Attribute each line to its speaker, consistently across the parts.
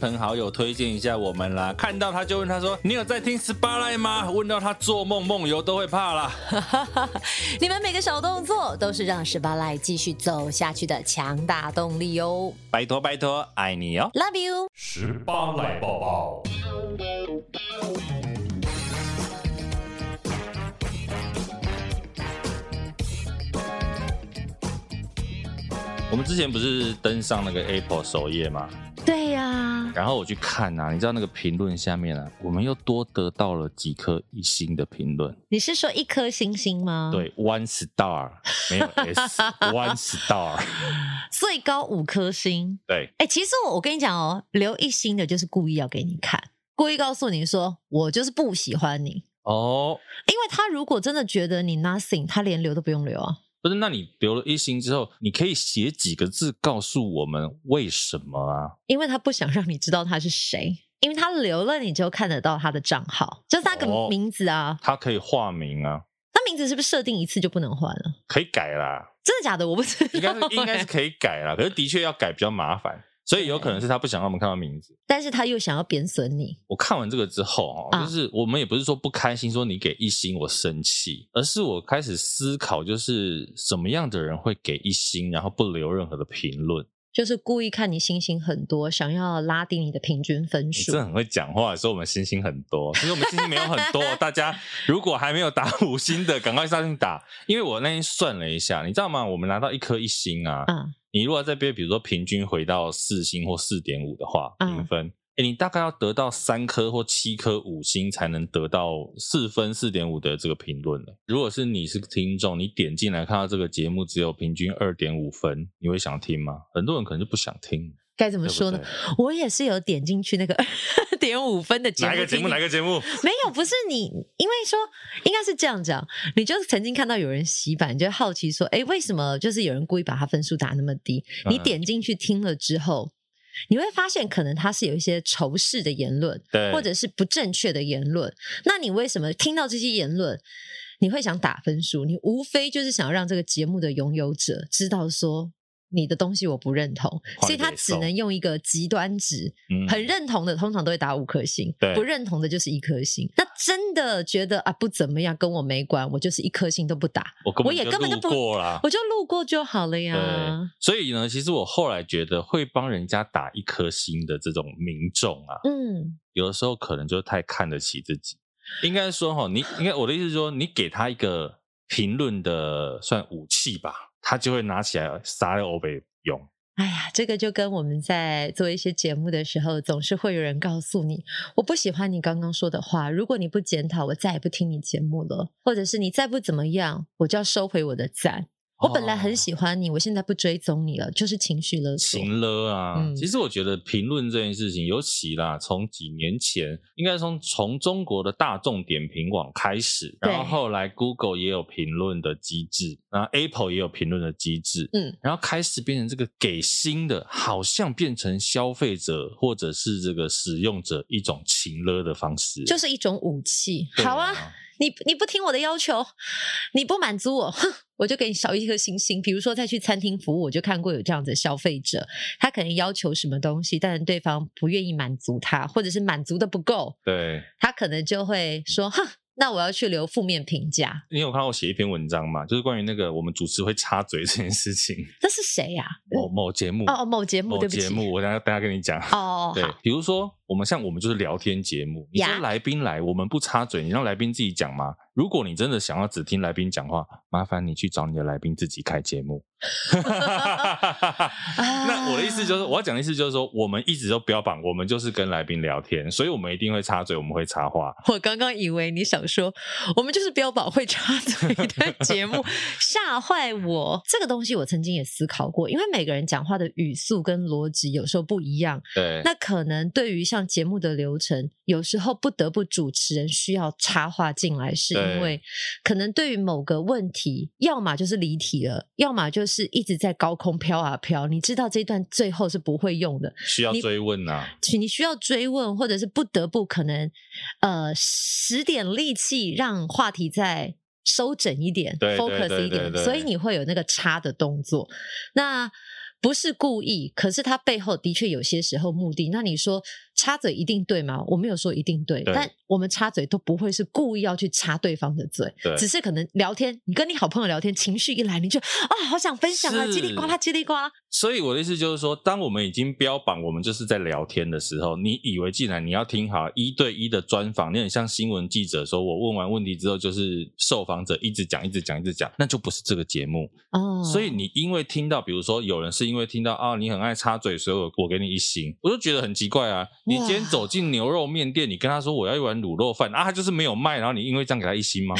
Speaker 1: 朋好友推荐一下我们啦。看到他就问他说：“你有在听十八赖吗？”问到他做梦梦游都会怕啦。
Speaker 2: 你们每个小动作都是让十八赖继续走下去的强大动力哦。
Speaker 1: 拜托拜托，爱你哦！
Speaker 2: Love you。
Speaker 3: 十八来抱抱。
Speaker 1: 我们之前不是登上那个 Apple 首页吗？
Speaker 2: 对呀、
Speaker 1: 然后我去看啊，你知道那个评论下面啊，我们又多得到了几颗一星的评论，
Speaker 2: 你是说一颗星星吗？，
Speaker 1: 对，one star 没有 s，one star，
Speaker 2: 最高五颗星。
Speaker 1: 对，
Speaker 2: 哎、其实我我跟你讲哦，留一星的就是故意要给你看，故意告诉你说我就是不喜欢你，
Speaker 1: 哦，
Speaker 2: 因为他如果真的觉得你 nothing，他连留都不用留啊。
Speaker 1: 不是，那你留了一星之后，你可以写几个字告诉我们为什么啊？
Speaker 2: 因为他不想让你知道他是谁，因为他留了你就看得到他的账号，就是他
Speaker 1: 哦
Speaker 2: 个名字啊。
Speaker 1: 它可以化名啊，
Speaker 2: 他名字是不是设定一次就不能换了？
Speaker 1: 可以改 啦，
Speaker 2: 真的假的？我不知道、
Speaker 1: 应该是应该是
Speaker 2: 欸
Speaker 1: 可以改啦，可是的确要改比较麻烦，所以有可能是他不想让我们看到名字。
Speaker 2: 但是他又想要贬损你，
Speaker 1: 我看完这个之后，哦，
Speaker 2: 啊
Speaker 1: 就是我们也不是说不开心，说你给一星我生气，而是我开始思考，就是什么样的人会给一星，然后不留任何的评论。
Speaker 2: 就是故意看你星星很多，想要拉低你的平均分
Speaker 1: 你
Speaker 2: 数
Speaker 1: 真。的很会讲话，说我们星星很多，其实我们星星没有很多。大家如果还没有打五星的，赶快上去打，因为我那天算了一下，你知道吗？我们拿到一颗一星啊，
Speaker 2: 啊，
Speaker 1: 你如果在边比如说平均回到四星或四点五的话，
Speaker 2: 嗯
Speaker 1: 评分，哎、你大概要得到三颗或七颗五星才能得到四分四点五的这个评论呢。如果是你是听众，你点进来看到这个节目只有平均二点五分，你会想听吗？很多人可能就不想听，
Speaker 2: 该怎
Speaker 1: 怎
Speaker 2: 么说呢？？我也是有点进去那个二点五分的节目，
Speaker 1: 哪一个节目？哪一个节目？
Speaker 2: 没有，不是你，因为说应该是这样讲，你就是曾经看到有人洗版，你就会好奇说，哎，为什么就是有人故意把他分数打那么低？
Speaker 1: 嗯
Speaker 2: 你点进去听了之后，你会发现可能他是有一些仇视的言论，
Speaker 1: 对，
Speaker 2: 或者是不正确的言论。那你为什么听到这些言论，你会想打分数？你无非就是想让这个节目的拥有者知道说。你的东西我不认同，
Speaker 1: 换
Speaker 2: 所以他
Speaker 1: 给
Speaker 2: 只
Speaker 1: 送
Speaker 2: 能用一个极端值，
Speaker 1: 嗯
Speaker 2: 很认同的通常都会打五颗星
Speaker 1: 对，
Speaker 2: 不认同的就是一颗星。那真的觉得啊不怎么样，跟我没关，我就是一颗星都不打，
Speaker 1: 我根本
Speaker 2: 我也根本就
Speaker 1: 路
Speaker 2: 不
Speaker 1: 过啦。
Speaker 2: 我就路过就好了呀。
Speaker 1: 所以呢，其实我后来觉得会帮人家打一颗星的这种民众啊，
Speaker 2: 嗯，
Speaker 1: 有的时候可能就太看得起自己。应该说哈，你应该我的意思是说，你给他一个评论的算武器吧，他就会拿起来杀了欧北用。
Speaker 2: 哎呀，这个就跟我们在做一些节目的时候，总是会有人告诉你，我不喜欢你刚刚说的话，如果你不检讨，我再也不听你节目了，或者是你再不怎么样，我就要收回我的赞。我本来很喜欢你，我现在不追踪你了，就是情绪勒索。
Speaker 1: 哦情了啊！
Speaker 2: 嗯
Speaker 1: 其实我觉得评论这件事情，尤其啦，从几年前，应该从从中国的大众点评网开始，
Speaker 2: 对
Speaker 1: 然后后来 Google 也有评论的机制，然后 Apple 也有评论的机制，
Speaker 2: 嗯，
Speaker 1: 然后开始变成这个给新的，好像变成消费者或者是这个使用者一种情勒的方式，
Speaker 2: 就是是一种武器。好啊，你你不听我的要求，你不满足我，哼，我就给你少一颗星星。比如说，再去餐厅服务，我就看过有这样子的消费者，他可能要求什么东西，但是对方不愿意满足他，或者是满足的不够，
Speaker 1: 对。
Speaker 2: 他可能就会说，哼，那我要去留负面评价。
Speaker 1: 你有看到我写一篇文章嘛？就是关于那个我们主持会插嘴这件事情，
Speaker 2: 那是谁呀、
Speaker 1: 某某节目
Speaker 2: 嗯哦哦，某节目，
Speaker 1: 某
Speaker 2: 对不起，
Speaker 1: 节目，我等下等下跟你讲。
Speaker 2: 哦，
Speaker 1: 对
Speaker 2: 好，
Speaker 1: 比如说我们像我们就是聊天节目，你说
Speaker 2: 呀
Speaker 1: 来宾来，我们不插嘴，你让来宾自己讲吗？如果你真的想要只听来宾讲话，麻烦你去找你的来宾自己开节目。 那我的意思
Speaker 2: 啊
Speaker 1: 就是，我要讲的意思就是说，我们一直都标榜我们就是跟来宾聊天，所以我们一定会插嘴，我们会插话。
Speaker 2: 我刚刚以为你想说，我们就是标榜会插嘴的节 目，吓坏我。这个东西我曾经也思考过，因为每个人讲话的语速跟逻辑有时候不一样，
Speaker 1: 对，
Speaker 2: 那可能对于像节目的流程，有时候不得不主持人需要插话进来，是
Speaker 1: 对
Speaker 2: 因为可能对于某个问题，要么就是离题了，要么就是一直在高空飘啊飘，你知道这一段最后是不会用的，
Speaker 1: 需要
Speaker 2: 你
Speaker 1: 追问啊呐、
Speaker 2: 去你需要追问，或者是不得不可能呃使点力气让话题再收整一点
Speaker 1: 对对
Speaker 2: ，focus
Speaker 1: 对
Speaker 2: 一
Speaker 1: 对
Speaker 2: 点，
Speaker 1: 对
Speaker 2: 所以你会有那个插的动作。那不是故意，可是它背后的确有些时候目的。那你说插嘴一定对吗？我没有说一定对，
Speaker 1: 对
Speaker 2: 但我们插嘴都不会是故意要去插对方的嘴，
Speaker 1: 对
Speaker 2: 只是可能聊天，你跟你好朋友聊天，情绪一来，你就啊、好想分享啊，
Speaker 1: 是
Speaker 2: 叽里呱啦，叽里呱啦，
Speaker 1: 所以我的意思就是说，当我们已经标榜我们就是在聊天的时候，你以为既然你要听好一对一的专访，你很像新闻记者说，我问完问题之后，就是受访者一直讲、一直讲、一直讲，那就不是这个节目。
Speaker 2: 哦，
Speaker 1: 所以你因为听到，比如说有人是因为听到啊，你很爱插嘴，所以我我给你一星，我就觉得很奇怪啊。你今天走进牛肉面店，你跟他说我要一碗卤肉饭啊，他就是没有卖，然后你因为这样给他一星吗？，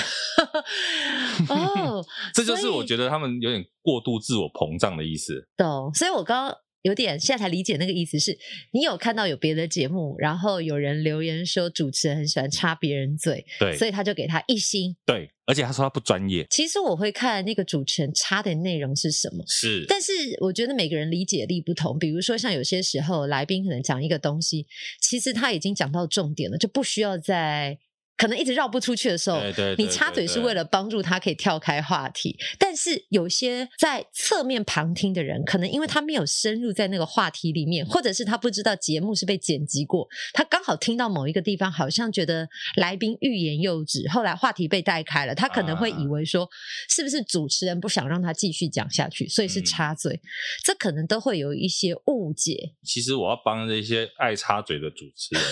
Speaker 2: 哦
Speaker 1: 这就是
Speaker 2: 所以
Speaker 1: 我觉得他们有点过度自我膨胀的意思。
Speaker 2: 懂，所以我刚刚有点现在才理解那个意思是，你有看到有别的节目，然后有人留言说主持人很喜欢插别人嘴，
Speaker 1: 对
Speaker 2: 所以他就给他一星。
Speaker 1: 对，而且他说他不专业，
Speaker 2: 其实我会看那个主持人插的内容是什么。
Speaker 1: 是
Speaker 2: 但是我觉得每个人理解力不同，比如说像有些时候来宾可能讲一个东西，其实他已经讲到重点了，就不需要再可能一直绕不出去的时候，
Speaker 1: 对对对
Speaker 2: 哦你插嘴是为了帮助他可以跳开话题。但是有些在侧面旁听的人，可能因为他没有深入在那个话题里面，或者是他不知道节目是被剪辑过，他刚好听到某一个地方，好像觉得来宾欲言又止，后来话题被带开了，他可能
Speaker 1: 啊
Speaker 2: 会以为说，是不是主持人不想让他继续讲下去，所以是
Speaker 1: 嗯
Speaker 2: 插嘴，这可能都会有一些误解。
Speaker 1: 其实我要帮这些爱插嘴的主持人，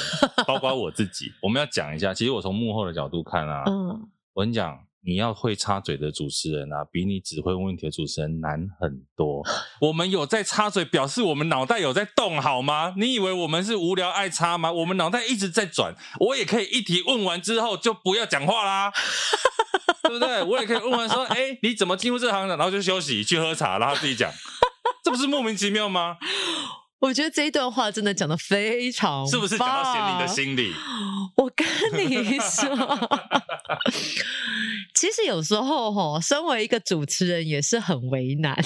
Speaker 1: 包括我自己，我们要讲一下。其实我从幕后的角度看啊，
Speaker 2: 嗯，
Speaker 1: 我跟你讲，你要会插嘴的主持人啊，比你只会问问题的主持人难很 多。我们有在插嘴，表示我们脑袋有在动，好吗？你以为我们是无聊爱插吗？我们脑袋一直在转，我也可以一题问完之后就不要讲话 啦。对不对？我也可以问完说，哎、你怎么进入这行的？然后就休息去喝茶，然后自己讲，这不是莫名其妙吗？
Speaker 2: 我觉得这一段话真的讲的非常，
Speaker 1: 是不是讲到贤玲的？心里？
Speaker 2: 我跟你说， 其实有时候吼，身为一个主持人也是很为难。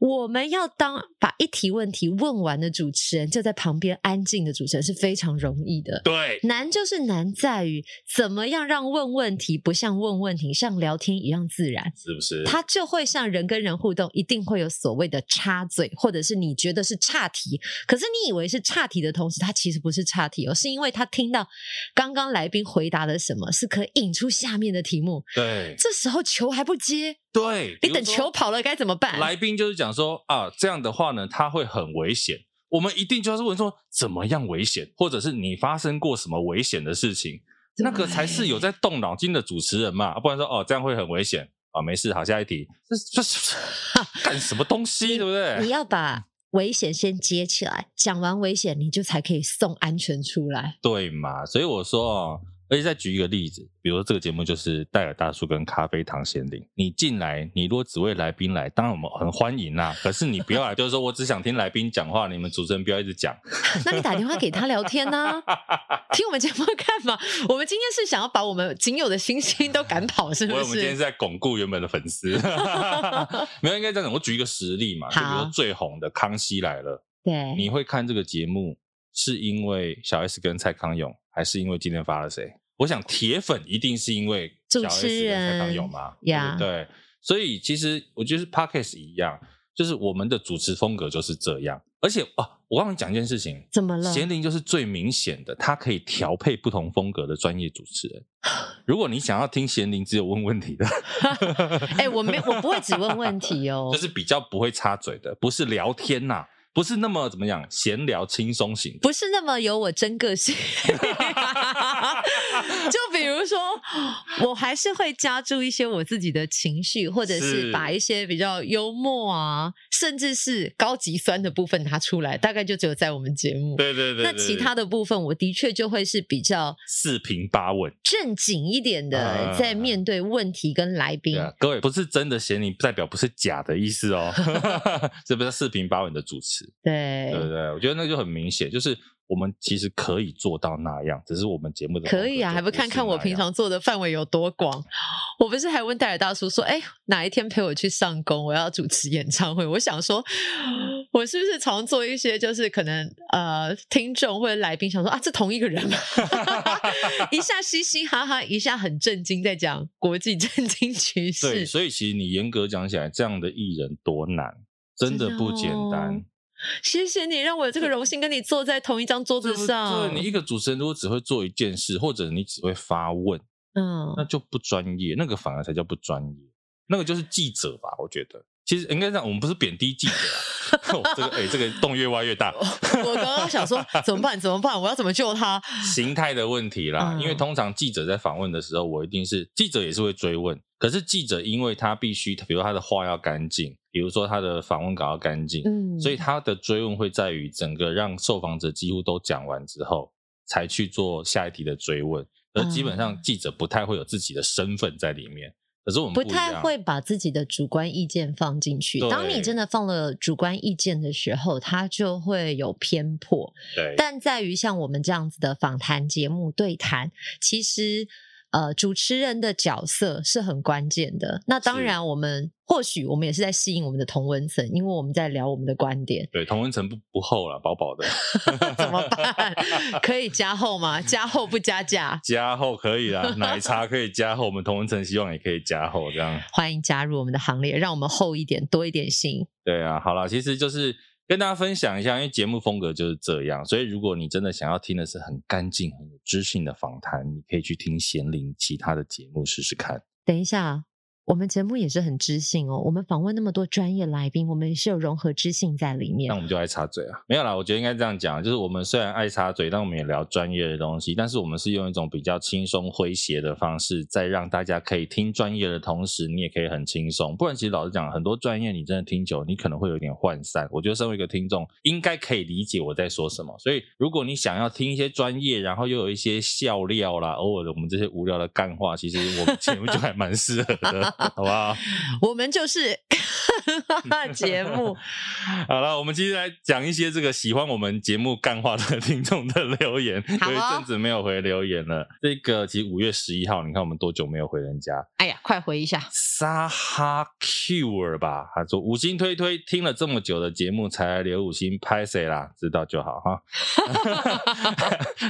Speaker 2: 我们要当把一题问题问完的主持人，就在旁边安静的主持人是非常容易的。
Speaker 1: 对，
Speaker 2: 难就是难在于怎么样让问问题不像问问题，像聊天一样自然。
Speaker 1: 是不是？
Speaker 2: 它就会像人跟人互动，一定会有所谓的插嘴，或者是你觉得是岔题，可是你以为是岔题的同时，它其实不是岔题哦，是因为他听到刚刚来宾回答了什么，是可以引出下面的题目。
Speaker 1: 对
Speaker 2: 这时候球还不接，
Speaker 1: 对，
Speaker 2: 你等球跑了该怎么办？
Speaker 1: 来宾就是讲说啊，这样的话呢，他会很危险。我们一定就是问说怎么样危险，或者是你发生过什么危险的事情，
Speaker 2: 对
Speaker 1: 那个才是有在动脑筋的主持人嘛，不然说哦这样会很危险啊，没事，好下一题，这这这 干什么东西，对不对？
Speaker 2: 你要把危险先接起来，讲完危险，你就才可以送安全出来。
Speaker 1: 对嘛，所以我说哦。而且再举一个例子，比如说这个节目就是戴尔大叔跟咖啡糖贤玲，你进来，你如果只为来宾来，当然我们很欢迎啦。可是你不要来，就是说我只想听来宾讲话，你们主持人不要一直讲。
Speaker 2: 那你打电话给他聊天呢、听我们节目干嘛？我们今天是想要把我们仅有的星星都赶跑，是不
Speaker 1: 我以为我们今天是
Speaker 2: 是？
Speaker 1: 在巩固原本的粉 丝，没有应该这样讲。我举一个实例嘛，就
Speaker 2: 好嗯
Speaker 1: 比如说最红的《康熙来了》，
Speaker 2: 对，
Speaker 1: 你会看这个节目是因为小 S 跟蔡康永，还是因为今天发了谁？我想铁粉一定是因为小 S 跟蔡康永嘛，
Speaker 2: 主持
Speaker 1: 对不
Speaker 2: 人
Speaker 1: 对。所以其实我觉得是 Podcast 一样，就是我们的主持风格就是这样。而且哦，我忘了讲一件事情，
Speaker 2: 怎么了？
Speaker 1: 贤玲就是最明显的，她可以调配不同风格的专业主持人。如果你想要听贤玲只有问问题的，
Speaker 2: 哎、我没，我不会只问问题 哦
Speaker 1: 就。是比较不会插嘴的，不是聊天呐、不是那么怎么样闲聊轻松型。
Speaker 2: 不是那么有我真个性。 就比如说，我还是会加注一些我自己的情绪，或者是
Speaker 1: 是
Speaker 2: 把一些比较幽默啊，甚至是高级酸的部分拿出来，大概就只有在我们节目。
Speaker 1: 对对对
Speaker 2: 那
Speaker 1: 对
Speaker 2: 其
Speaker 1: 对
Speaker 2: 他的部分，我的确就会是比较
Speaker 1: 四平八稳，
Speaker 2: 正经一点的，
Speaker 1: 啊
Speaker 2: 在面对问题跟来宾
Speaker 1: 对。啊，各位不是真的嫌你，代表不是假的意思哦， 这不是四平八稳的主持，
Speaker 2: 对
Speaker 1: 对，不对？我觉得那就很明显，就是我们其实可以做到那样，只是我们节目的
Speaker 2: 可以啊，还不
Speaker 1: 不
Speaker 2: 看
Speaker 1: 是
Speaker 2: 看我
Speaker 1: 那
Speaker 2: 平
Speaker 1: 样
Speaker 2: 常做的范围有多广？我不是还问戴尔大叔说，哎，哪一天陪我去上工？我要主持演唱会。我想说，我是不是常做一些就是可能呃，听众或者来宾想说啊，这同一个人吗？ 一下嘻嘻哈哈，一下很震惊，在讲国际震惊局
Speaker 1: 对，
Speaker 2: 势。
Speaker 1: 所以其实你严格讲起来，这样的艺人多难，真的
Speaker 2: 真的
Speaker 1: 不简单。
Speaker 2: 哦谢谢你让我有这个荣幸跟你坐在同一张桌
Speaker 1: 对
Speaker 2: 子
Speaker 1: 不
Speaker 2: 上。
Speaker 1: 对，你一个主持人如果只会做一件事，或者你只会发问，
Speaker 2: 嗯
Speaker 1: 那就不专业，那个反而才叫不专业，那个就是记者吧？我觉得，其实应该这样，我们不是贬低记者啊， 哦这个哎、这个洞越挖越大，
Speaker 2: 我刚刚想说怎么办？怎么办？我要怎么救他？
Speaker 1: 形态的问题啦。
Speaker 2: 嗯
Speaker 1: 因为通常记者在访问的时候，我一定是记者也是会追问，可是记者因为他必须，比如他的话要干净，比如说他的访问稿要干净，
Speaker 2: 嗯，
Speaker 1: 所以他的追问会在于整个让受访者几乎都讲完之后，才去做下一题的追问。而基本
Speaker 2: 哦
Speaker 1: 上记者不太会有自己的身份在里面，可是我们
Speaker 2: 不
Speaker 1: 一
Speaker 2: 太
Speaker 1: 样
Speaker 2: 会把自己的主观意见放进去。
Speaker 1: 对
Speaker 2: 当你真的放了主观意见的时候，它就会有偏颇。
Speaker 1: 对
Speaker 2: 但在于像我们这样子的访谈节目对谈，其实。呃，主持人的角色是很关键的。那当
Speaker 1: 是，
Speaker 2: 然，我们或许我们也是在吸引我们的同温层，因为我们在聊我们的观点
Speaker 1: 对，童文成不不厚了，薄薄 的，
Speaker 2: 怎么办？ 可以加厚吗？加厚不加价？
Speaker 1: 加厚可以啦，奶茶可以加厚，我们童文成希望也可以加厚这样。
Speaker 2: 欢迎加入我们的行列，让我们厚一点，多一点心。
Speaker 1: 对啊，好啦，其实就是跟大家分享一下，因为节目风格就是这样，所以如果你真的想要听的是很干净、很有知性的访谈，你可以去听贤玲其他的节目试试看。
Speaker 2: 等一下，我们节目也是很知性哦。我们访问那么多专业来宾，我们也是有融合知性在里面
Speaker 1: 那我。们就爱插嘴啊，没有啦，我觉得应该这样讲，啊就是我们虽然爱插嘴，但我们也聊专业的东西，但是我们是用一种比较轻松诙谐的方式，在让大家可以听专业的同时，你也可以很轻松。不然，其实老实讲，很多专业你真的听久，你可能会有点涣散。我觉得身为一个听众，应该可以理解我在说什么。所以，如果你想要听一些专业，然后又有一些笑料啦，偶尔的我们这些无聊的干话，其实我们节目就还蛮适合的， 好不好？
Speaker 2: 我们就是 节目，
Speaker 1: 好了，我们今天来讲一些这个喜欢我们节目干话的听众的留言。
Speaker 2: 好哦
Speaker 1: 有一阵子没有回留言了。这个其实五月十一号，你看我们多久没有回人家？
Speaker 2: 哎呀，快回一下。
Speaker 1: 沙哈 Q 尔吧，他说五星推推，听了这么久的节目才来留五星，拍谁啦？知道就好哈。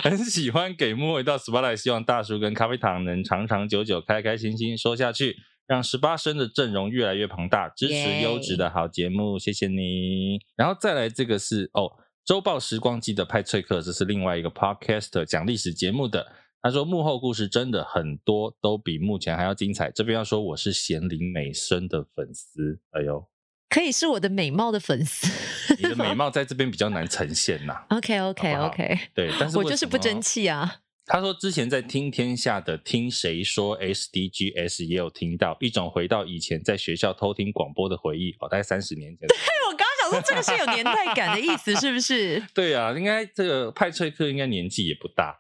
Speaker 1: 很喜欢给莫伟到 spotlight，希望大叔跟咖啡糖能长长久久、开开心心说下去，让十八声的阵容越来越庞大，支持
Speaker 2: Yay
Speaker 1: 优质的好节目，谢谢你。然后再来这个是哦，周报时光机的派翠克，这是另外一个 podcast 讲历史节目的。他说幕后故事真的很多，都比目前还要精彩。这边要说我是贤玲美声的粉丝，哎呦，
Speaker 2: 可以是我的美貌的粉丝。
Speaker 1: 你的美貌在这边比较难呈现呐、
Speaker 2: OK OK
Speaker 1: 好不好
Speaker 2: OK，
Speaker 1: 对，但是
Speaker 2: 我
Speaker 1: 为
Speaker 2: 就是
Speaker 1: 什
Speaker 2: 不
Speaker 1: 么
Speaker 2: 争气啊。
Speaker 1: 他说之前在听天下的听谁说 SDGs 也有听到一种回到以前在学校偷听广播的回忆，哦，大概三十年前。
Speaker 2: 对， 我刚刚想说这个是有年代感的意思，是不是？
Speaker 1: 对啊，应该这个派翠克应该年纪也不大。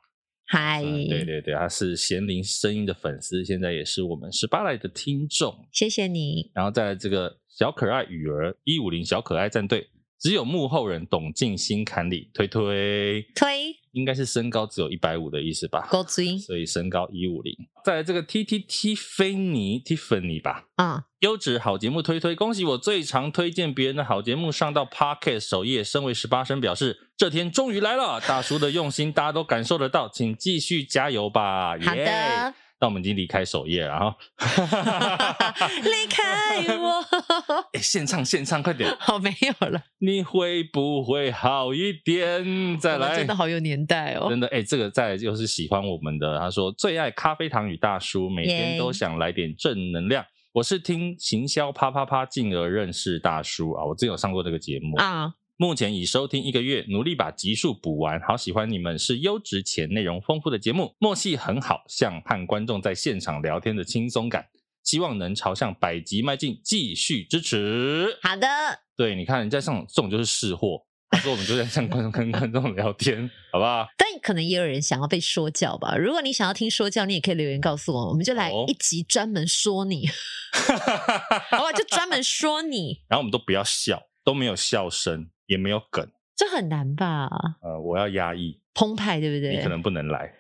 Speaker 2: 嗨、
Speaker 1: 嗯，对对对，他是贤玲声音的粉丝，现在也是我们十八来的听众。
Speaker 2: 谢谢你。
Speaker 1: 然后再来这个小可爱雨儿一五零小可爱战队，只有幕后人董进心坎里推推，
Speaker 2: 推
Speaker 1: 应该是身高只有一百五的意思吧？
Speaker 2: 勾追
Speaker 1: 所以身高一五零。再来这个 T T T 菲尼 Tiffany 吧。
Speaker 2: 啊，
Speaker 1: 优质好节目推推，恭喜我最常推荐别人的好节目上到 Pocket 首页。身为十八生表示，这天终于来了，大叔的用心大家都感受得到，请继续加油吧！
Speaker 2: 好
Speaker 1: 耶
Speaker 2: 的，
Speaker 1: 那我们已经离开首页了啊 哈，
Speaker 2: 离开我，
Speaker 1: 诶哎现唱现唱，快点！
Speaker 2: 好没有了，
Speaker 1: 你会不会好一点？再
Speaker 2: 我们
Speaker 1: 来，
Speaker 2: 真的好有年代哦。
Speaker 1: 真的哎、这个再来就是喜欢我们的，他说最爱咖啡糖与大叔，每天都想来点正能量。我是听行销啪啪啪，进而认识大叔啊，我之前有上过这个节目，
Speaker 2: 啊，
Speaker 1: 目前已收听一个月，努力把集数补完。好喜欢你们，是优质且内容丰富的节目，默契很好，像和观众在现场聊天的轻松感。希望能朝向百集迈进，继续支持。
Speaker 2: 好的，
Speaker 1: 对，你看人家上这种就是试货，所以我们就在向观众 跟观众聊天，好不好？
Speaker 2: 但可能也有人想要被说教吧。如果你想要听说教，你也可以留言告诉我，我们就来
Speaker 1: 哦
Speaker 2: 一集专门 说你，好吧？就专门说你，
Speaker 1: 然后我们都不要笑，都没有笑声，也没有梗。
Speaker 2: 这很难吧？
Speaker 1: 呃，我要压抑，
Speaker 2: 澎湃，对不对？
Speaker 1: 你可能不能 来。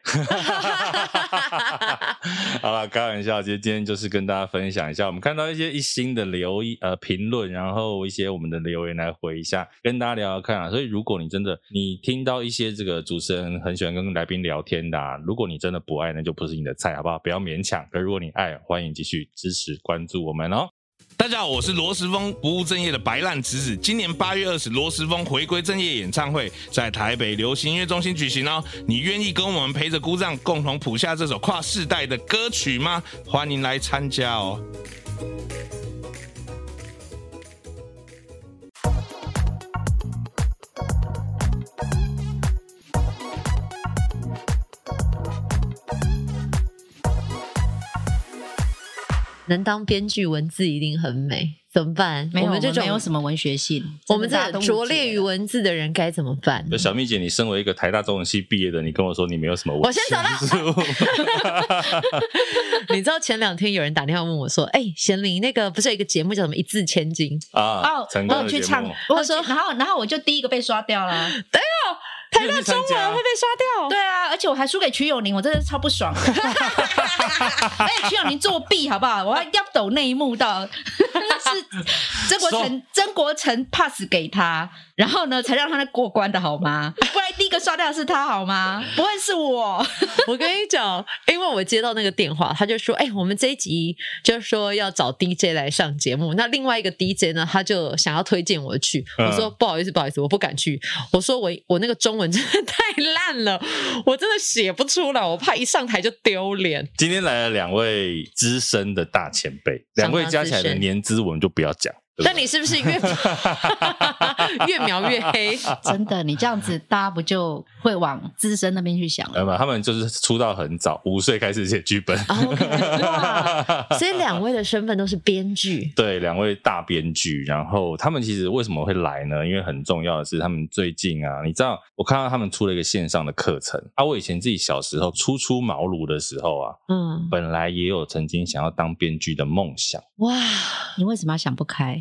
Speaker 1: 好了，开玩笑，其实今天就是跟大家分享一下，我们看到一些一星的留意呃评论，然后一些我们的留言来回一下，跟大家聊聊看啊。所以如果你真的你听到一些这个主持人很喜欢跟来宾聊天的、啊，如果你真的不爱，那就不是你的菜，好不好？不要勉强。可如果你爱，欢迎继续支持关注我们哦。
Speaker 4: 大家好，我是罗时丰，不务正业的白烂侄子。今年八月二十，罗时丰回归正业演唱会在台北流行音乐中心举行哦。你愿意跟我们陪着姑丈共同谱下这首跨世代的歌曲吗？欢迎来参加哦！
Speaker 2: 能当编剧，文字一定很美，怎么办？
Speaker 5: 没有，
Speaker 2: 我
Speaker 5: 我
Speaker 2: 们
Speaker 5: 们
Speaker 2: 这种
Speaker 5: 没有什么文学性，
Speaker 2: 我们
Speaker 5: 真
Speaker 2: 这
Speaker 5: 的大家都
Speaker 2: 种
Speaker 5: 误
Speaker 2: 拙
Speaker 5: 解
Speaker 2: 劣于
Speaker 5: 了
Speaker 2: 文字的人该怎么办？
Speaker 1: 那小蜜姐，你身为一个台大中文系毕业的，你跟我说你没有什么文
Speaker 2: 我先走了
Speaker 1: 史事务
Speaker 2: 你知道前两天有人打电话问我说：“哎、贤玲，那个不是有一个节目叫什么《一字千金》？
Speaker 1: 啊，
Speaker 5: 哦，
Speaker 1: 成
Speaker 5: 我
Speaker 1: 功
Speaker 5: 有
Speaker 1: 的
Speaker 5: 去
Speaker 1: 节
Speaker 5: 唱
Speaker 1: 目，
Speaker 5: 我有
Speaker 2: 他说
Speaker 5: 哦去然 后然后我就第一个被刷掉了。
Speaker 1: 台大中文
Speaker 2: 被刷掉。
Speaker 5: 对啊，而且我还输给曲永宁，我真的是超不爽 的。而且曲永宁作弊，好不好？我还要抖那一幕到 是曾国成，曾国成 pass 给他，然后呢才让他过关的好吗？不然第一个刷掉的是他好吗？不会是我，
Speaker 2: 我跟你讲，因为我接到那个电话，他就说：“哎、我们这一集就是说要找 DJ 来上节目。”那另外一个 DJ 呢，他就想要推荐我去。
Speaker 1: 嗯
Speaker 2: 我说：“不好意思，不好意思，我不敢去。”我说我：“我那个中文真的 太烂了，我真的写不出来，我怕一上台就丢脸。
Speaker 1: 今天来了两位资深的大前辈，两位加起来的年资我们就不要讲。”对不对
Speaker 2: 但你是不是越 越描越 黑？
Speaker 5: 真的，你这样子大家不就会往资深那边去想
Speaker 1: 呃，不他们就是出道很早，五岁开始写剧本。
Speaker 2: 啊，OK，哇所以两位的身份都是编剧，
Speaker 1: 对，两位大编剧，然后他们其实为什么会来呢？因为很重要的是，他们最近啊，你知道，我看到他们出了一个线上的课程啊。我以前自己小时候初出茅庐的时候啊，
Speaker 2: 嗯，
Speaker 1: 本来也有曾经想要当编剧的梦想，
Speaker 2: 哇，
Speaker 5: 你为什么要想 不开？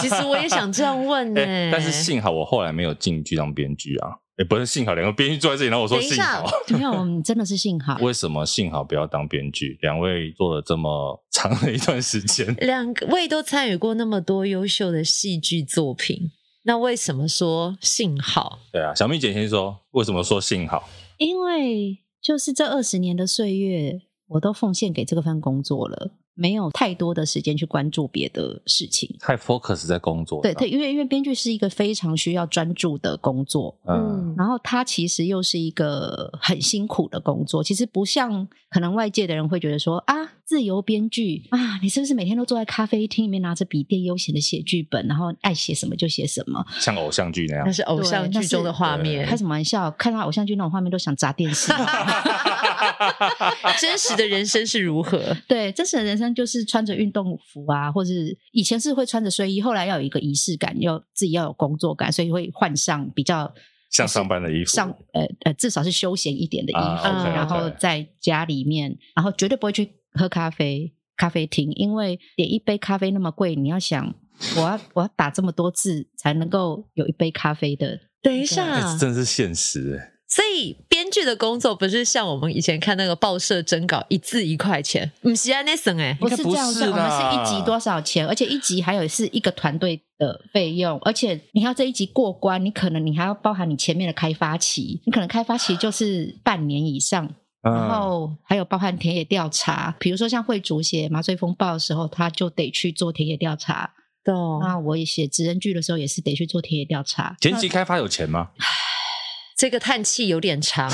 Speaker 2: 其实我也想这样问欸呢、
Speaker 5: 嗯
Speaker 1: 哎但是幸好我后来没有进剧当编剧啊。也不是幸好，两个编剧坐在这里，然后我说
Speaker 2: 等一
Speaker 1: 幸
Speaker 2: 下，
Speaker 1: 好，
Speaker 5: 没有，你真的是幸好。
Speaker 1: 为什么幸好不要当编剧？两位做了这么长的一段时间
Speaker 2: 两位都参与过那么多优秀的戏剧作品，那为什么说幸好？
Speaker 1: 对啊，小蜜姐先说，为什么说幸好？
Speaker 5: 因为就是这二十年的岁月，我都奉献给这个份工作了，没有太多的时间去关注别的事情。
Speaker 1: 太 focus 在工作
Speaker 5: 对，
Speaker 1: 上，
Speaker 5: 他因为因为编剧是一个非常需要专注的工作，
Speaker 1: 嗯，
Speaker 5: 然后它其实又是一个很辛苦的工作。其实不像可能外界的人会觉得说啊，自由编剧啊，你是不是每天都坐在咖啡厅里面拿着笔电悠闲的写剧本，然后爱写什么就写什么？
Speaker 1: 像偶像剧那样
Speaker 2: 那。是偶像剧中的画面
Speaker 5: 开，什么玩笑？看到偶像剧那种画面都想砸电视。啊嗯
Speaker 2: 真实的人生是如何？
Speaker 5: 对，真实的人生就是穿着运动服啊，或是以前是会穿着睡衣，后来要有一个仪式感，要自己要有工作感，所以会换上比较
Speaker 1: 像上班的衣服
Speaker 5: 上呃呃，至少是休闲一点的衣服，
Speaker 1: 啊
Speaker 2: ，OK，OK
Speaker 5: 然后在家里面，然后绝对不会去喝咖啡咖啡厅，因为点一杯咖啡那么贵，你要想我要我要打这么多字才能够有一杯咖啡的，
Speaker 2: 等一
Speaker 1: 哎
Speaker 5: 嗯
Speaker 2: 下，
Speaker 1: 真是现实哎。
Speaker 2: 所以编剧的工作不是像我们以前看那个报社征稿一字一块钱，不是安那省哎，
Speaker 5: 不是这样
Speaker 1: 应
Speaker 5: 子，
Speaker 1: 该不
Speaker 5: 我
Speaker 1: 是
Speaker 5: 们
Speaker 1: 啦
Speaker 5: 是一集多少钱？而且一集还有是一个团队的费用，而且你要这一集过关，你可能你还要包含你前面的开发期，你可能开发期就是半年以上，然
Speaker 1: 嗯，
Speaker 5: 后还有包含田野调查，比如说像慧竹写《麻醉风暴》的时候，他就得去做田野调查。
Speaker 2: 懂？
Speaker 5: 那我也写职人剧的时候，也是得去做田野调查。
Speaker 1: 前期开发有钱吗？
Speaker 2: 这个叹气有点长。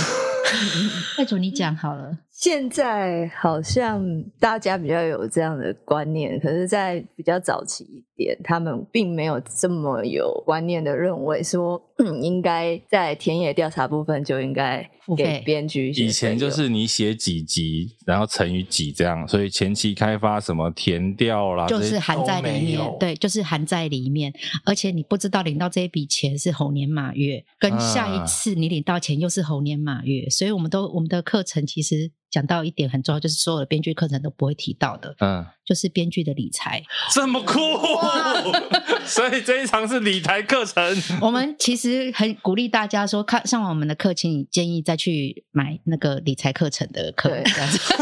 Speaker 5: 慧竹，你讲好了，
Speaker 2: 现在好像大家比较有这样的观念，可是，在比较早期一点，他们并没有这么有观念的认为说，嗯，应该在田野调查部分就应该
Speaker 6: 付费
Speaker 2: 给编剧一些
Speaker 1: 以前就
Speaker 2: 费用
Speaker 1: 是你写几集，然后乘以几这样，所以前期开发什么填掉啦，
Speaker 5: 就
Speaker 1: 啊这些
Speaker 5: 是含在
Speaker 1: 都没
Speaker 5: 里面
Speaker 1: 有，，
Speaker 5: 对，就是含在里面，而且你不知道领到这一笔钱是猴年马月，跟下
Speaker 1: 啊
Speaker 5: 一次你领到钱又是猴年马月，所以我们都我们的课程其实讲到一点很重要，就是所有的编剧课程都不会提到的，
Speaker 1: 嗯，
Speaker 5: 就是编剧的理财。
Speaker 1: 这么酷，所以这一场是理财课程，
Speaker 5: 我们其实很鼓励大家说，看上完我们的课，请你建议再去买那个理财课程的课，
Speaker 2: 对
Speaker 5: 这样子。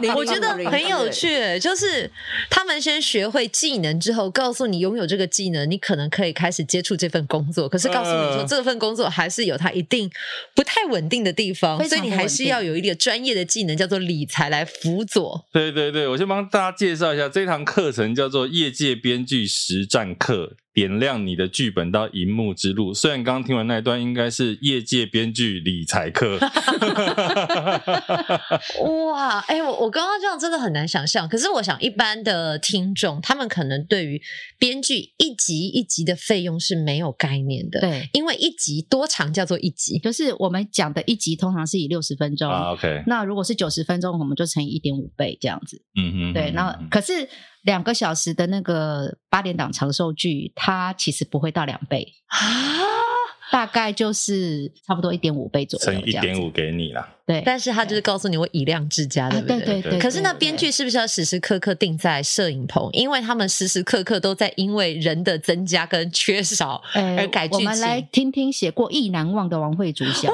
Speaker 2: 005
Speaker 6: 我觉得很有
Speaker 2: 之类的。
Speaker 6: 趣，就是他们先学会技能之后，告诉你拥有这个技能，你可能可以开始接触这份工作。可是告诉你说，
Speaker 1: 呃
Speaker 6: 这份工作还是有它一定不太稳定的地方，
Speaker 5: 非
Speaker 6: 所
Speaker 5: 常
Speaker 6: 以你
Speaker 5: 不
Speaker 6: 还
Speaker 5: 稳
Speaker 6: 是
Speaker 5: 定
Speaker 6: 要有一点专业的技能，叫做理财来辅佐。
Speaker 1: 对对对，我先帮大家介绍一下，这堂课程叫做《业界编剧实战课》，点亮你的剧本到荧幕之路。虽然刚刚听完那一段，应该是业界编剧理财课，
Speaker 6: 哇，哎、我我刚刚这样真的很难想象。可是我想，一般的听众他们可能对于编剧一集一集的费用是没有概念的，，
Speaker 5: 对，
Speaker 6: 因为一集多长叫做一集？
Speaker 5: 就是我们讲的一集通常是以六十分钟。
Speaker 1: 啊，OK，
Speaker 5: 那如果是九十分钟，我们就乘以一点五倍这样子。
Speaker 1: 嗯哼，
Speaker 5: 对，那
Speaker 1: 嗯哼
Speaker 5: 可是两个小时的那个八点档长寿剧，它其实不会到两倍，
Speaker 6: 啊！
Speaker 5: 大概就是差不多一点五倍左右，
Speaker 1: 乘一点
Speaker 5: 五，
Speaker 1: 五给你啦。
Speaker 5: 对，
Speaker 6: 但是他就是告诉你我以量制加，
Speaker 5: 啊
Speaker 6: 对不对？
Speaker 5: 对对
Speaker 1: 对
Speaker 5: 对。
Speaker 6: 可是那
Speaker 5: 对
Speaker 6: 编剧
Speaker 5: 对
Speaker 6: 是不是要时时刻刻定在摄影棚？因为他们时时刻刻都在因为人的增加跟缺少，
Speaker 5: 呃
Speaker 6: 而改剧
Speaker 5: 我们
Speaker 6: 情
Speaker 5: 来听听写过《意难忘》的王慧竹小，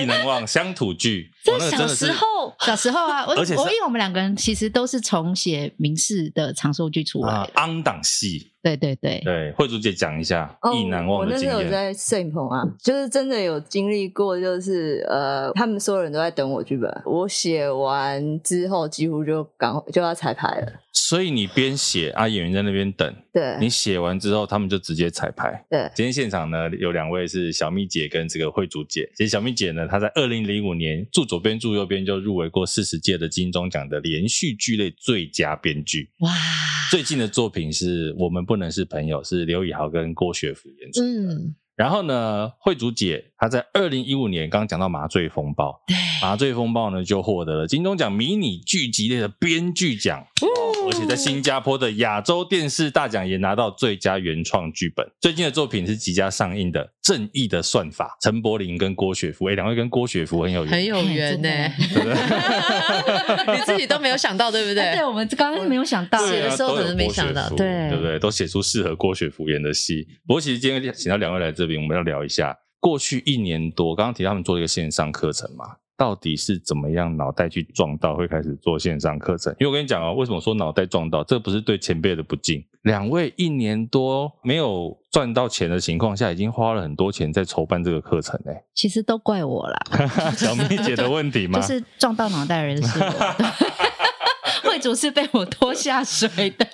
Speaker 1: 意难忘乡土剧，哇那个真
Speaker 6: 小
Speaker 1: 的是
Speaker 6: 时候
Speaker 5: 小时候啊，我
Speaker 1: 而且是
Speaker 5: 我因为我们两个人其实都是从写明式的长寿剧出来
Speaker 1: 啊
Speaker 5: 的，
Speaker 1: 昂档戏。
Speaker 5: 对对对，
Speaker 1: 对，慧珠姐讲一下
Speaker 2: 哦
Speaker 1: 意难
Speaker 2: 我
Speaker 1: 忘的
Speaker 2: 那
Speaker 1: 经
Speaker 2: 时候有
Speaker 1: 验。
Speaker 2: 在摄影棚啊，就是真的有经历过，就是呃，他们所有人都在等我剧本，我写完之后几乎就赶就要彩排了。
Speaker 1: 所以你边写啊，演员在那边等，你
Speaker 2: 对
Speaker 1: 写完之后，他们就直接彩排。
Speaker 2: 对，
Speaker 1: 今天现场呢有两位是小蜜姐跟这个慧竹姐。其实小蜜姐呢，她在二零零五年《住左边住右边》就入围过四十届的金钟奖的连续剧类最佳编剧。
Speaker 6: 哇，
Speaker 1: 最近的作品是我们不能是朋友，是刘以豪跟郭雪芙演出。
Speaker 6: 嗯，
Speaker 1: 然后呢，慧竹姐她在二零一五年刚刚讲到《麻醉风暴》，
Speaker 6: 对，
Speaker 1: 《麻醉风暴呢》就获得了金钟奖迷你剧集类的编剧奖，
Speaker 6: 嗯
Speaker 1: 而且在新加坡的亚洲电视大奖也拿到最佳原创剧本。最近的作品是即将上映的《正义的算法》，陈柏霖跟郭雪芙，哎、两位跟郭雪芙很有缘，
Speaker 6: 很有缘呢、
Speaker 5: 哎
Speaker 1: 对不对
Speaker 6: 哎你自己都没有想到，对不
Speaker 5: 哎
Speaker 6: 对
Speaker 5: 对，？我们刚刚没有想到，
Speaker 6: 写
Speaker 1: 对啊
Speaker 6: 的时候可能没想到
Speaker 1: 都有郭雪芙
Speaker 6: 对
Speaker 1: 对不对？都写出适合郭雪芙演的戏。不过其实今天请到两位来这边，我们要聊一下过去一年多，刚刚提到他们做了一个线上课程嘛，到底是怎么样脑袋去撞到会开始做线上课程？因为我跟你讲哦，为什么说脑袋撞到？这不是对前辈的不敬。两位一年多没有赚到钱的情况下，已经花了很多钱在筹办这个课程嘞、
Speaker 5: 其实都怪我啦，
Speaker 1: 小咪姐的问题吗？
Speaker 5: 就是撞到脑袋的人是我。慧主是被我拖下水的，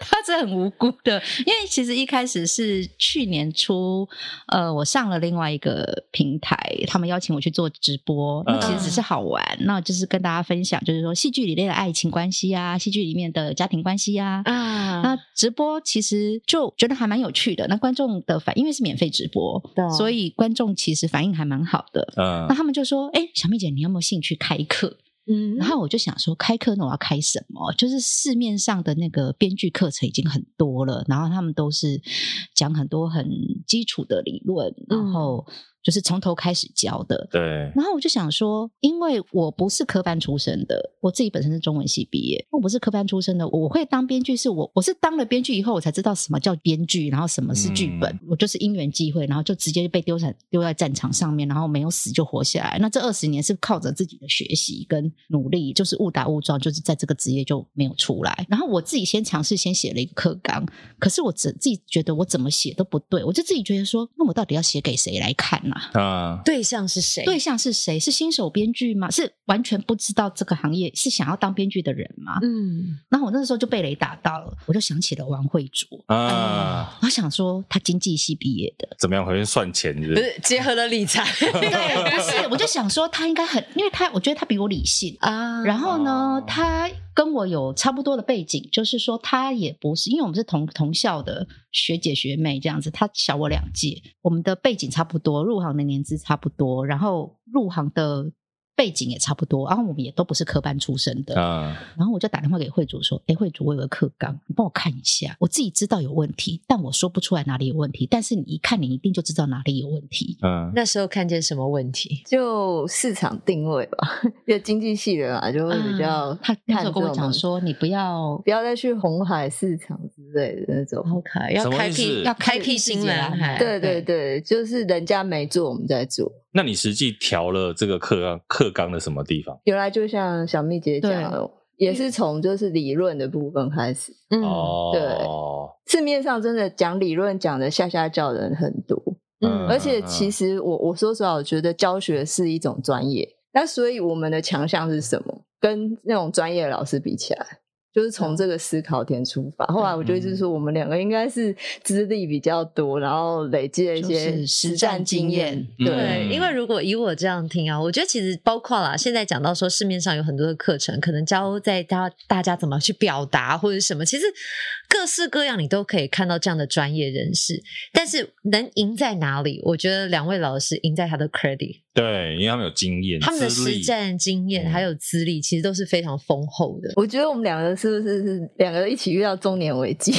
Speaker 5: 他是很无辜的。因为其实一开始是去年初，呃，我上了另外一个平台，他们邀请我去做直播，那其实只是好玩，那就是跟大家分享，就是说戏剧里面的爱情关系啊，戏剧里面的家庭关系啊，
Speaker 6: 啊
Speaker 5: 那，直播其实就觉得还蛮有趣的。那观众的反，因为是免费直播
Speaker 6: 懂，
Speaker 5: 所以观众其实反应还蛮好的。
Speaker 1: 嗯
Speaker 5: 那他们就说：“哎、小蜜姐，你有没有兴趣开课？”
Speaker 6: 嗯
Speaker 5: 然后我就想说，开课那我要开什么？就是市面上的那个编剧课程已经很多了，然后他们都是讲很多很基础的理论，然后就是从头开始教的。
Speaker 1: 对，
Speaker 5: 然后我就想说，因为我不是科班出身的，我自己本身是中文系毕业，我不是科班出身的，我会当编剧是我我是当了编剧以后，我才知道什么叫编剧，然后什么是剧本。
Speaker 1: 嗯
Speaker 5: 我就是因缘际会，然后就直接被丢在丢在战场上面，然后没有死就活下来。那这二十年是靠着自己的学习跟努力，就是误打误撞，就是在这个职业就没有出来。然后我自己先尝试，先写了一个课纲，可是我只自己觉得我怎么写都不对，我就自己觉得说，那我到底要写给谁来看啊？
Speaker 1: 啊，
Speaker 6: 对象是谁？
Speaker 5: 对，象是谁？是新手编剧吗？是完全不知道这个行业是想要当编剧的人吗？
Speaker 6: 嗯，
Speaker 5: 然后我那时候就被雷打到了，我就想起了王慧竹，
Speaker 1: 啊，
Speaker 5: 我想说她经济系毕业 的，
Speaker 1: 怎么样？回去算钱是不
Speaker 6: 不
Speaker 1: 是？
Speaker 6: 是结合了理财
Speaker 5: 对，不是，我就想说她应该很，因为她我觉得她比我理性。
Speaker 6: 啊
Speaker 2: 嗯
Speaker 5: 然后呢
Speaker 1: 哦，
Speaker 5: 她跟我有差不多的背景，就是说她也不是，因为我们是同同校的学姐学妹这样子，她小我两届，我们的背景差不多，入行的年资差不多，然后入行的背景也差不多，然后我们也都不是科班出身的，
Speaker 1: 啊，
Speaker 5: 然后我就打电话给慧主说：“哎，慧主，我有个课纲，你帮我看一下。我自己知道有问题，但我说不出来哪里有问题。但是你一看，你一定就知道哪里有问题。
Speaker 1: 嗯，
Speaker 6: 那时候看见什么问题？
Speaker 2: 就市场定位吧，就经济系的嘛，就会比较
Speaker 5: 啊他那
Speaker 2: 看
Speaker 5: 时
Speaker 2: 这
Speaker 5: 候跟我
Speaker 2: 种
Speaker 5: 讲
Speaker 2: 东西
Speaker 5: 说，你不要
Speaker 2: 不要再去红海市场之类的那种。
Speaker 6: ，OK，要
Speaker 1: 什么
Speaker 6: 开
Speaker 1: 意思
Speaker 6: 辟要开辟啊新蓝海，
Speaker 2: 啊对对
Speaker 5: 对
Speaker 2: 对，就是人家没做，我们在做。
Speaker 1: 那你实际调了这个课纲课纲的什么地方？
Speaker 2: 原来就像小蜜姐讲的，也是从就是理论的部分开始。
Speaker 6: 嗯，
Speaker 1: 哦，
Speaker 2: 市面上真的讲理论讲的下下叫的人很多，
Speaker 1: 嗯
Speaker 2: 而且其实我我说实话，我觉得教学是一种专业，那所以我们的强项是什么？跟那种专业的老师比起来，就是从这个思考点出发。后来我觉得就是说，我们两个应该是资历比较多，然后累积了一
Speaker 5: 就是
Speaker 2: 些
Speaker 5: 实
Speaker 2: 实
Speaker 5: 战
Speaker 2: 战
Speaker 5: 经
Speaker 2: 经
Speaker 5: 验
Speaker 2: 验。
Speaker 1: 嗯
Speaker 2: 对，。
Speaker 6: 对，因为如果以我这样听啊，我觉得其实包括啦，现在讲到说市面上有很多的课程，可能教在大大家怎么去表达或者什么，其实各式各样你都可以看到这样的专业人士。但是能赢在哪里？我觉得两位老师赢在他的 credit，
Speaker 1: 对，因为他们有经验，
Speaker 6: 他们的
Speaker 1: 资历
Speaker 6: 实战经验
Speaker 1: 嗯
Speaker 6: 还有资历，其实都是非常丰厚的
Speaker 2: 我觉得我们两个是不是是两个一起遇到中年危机？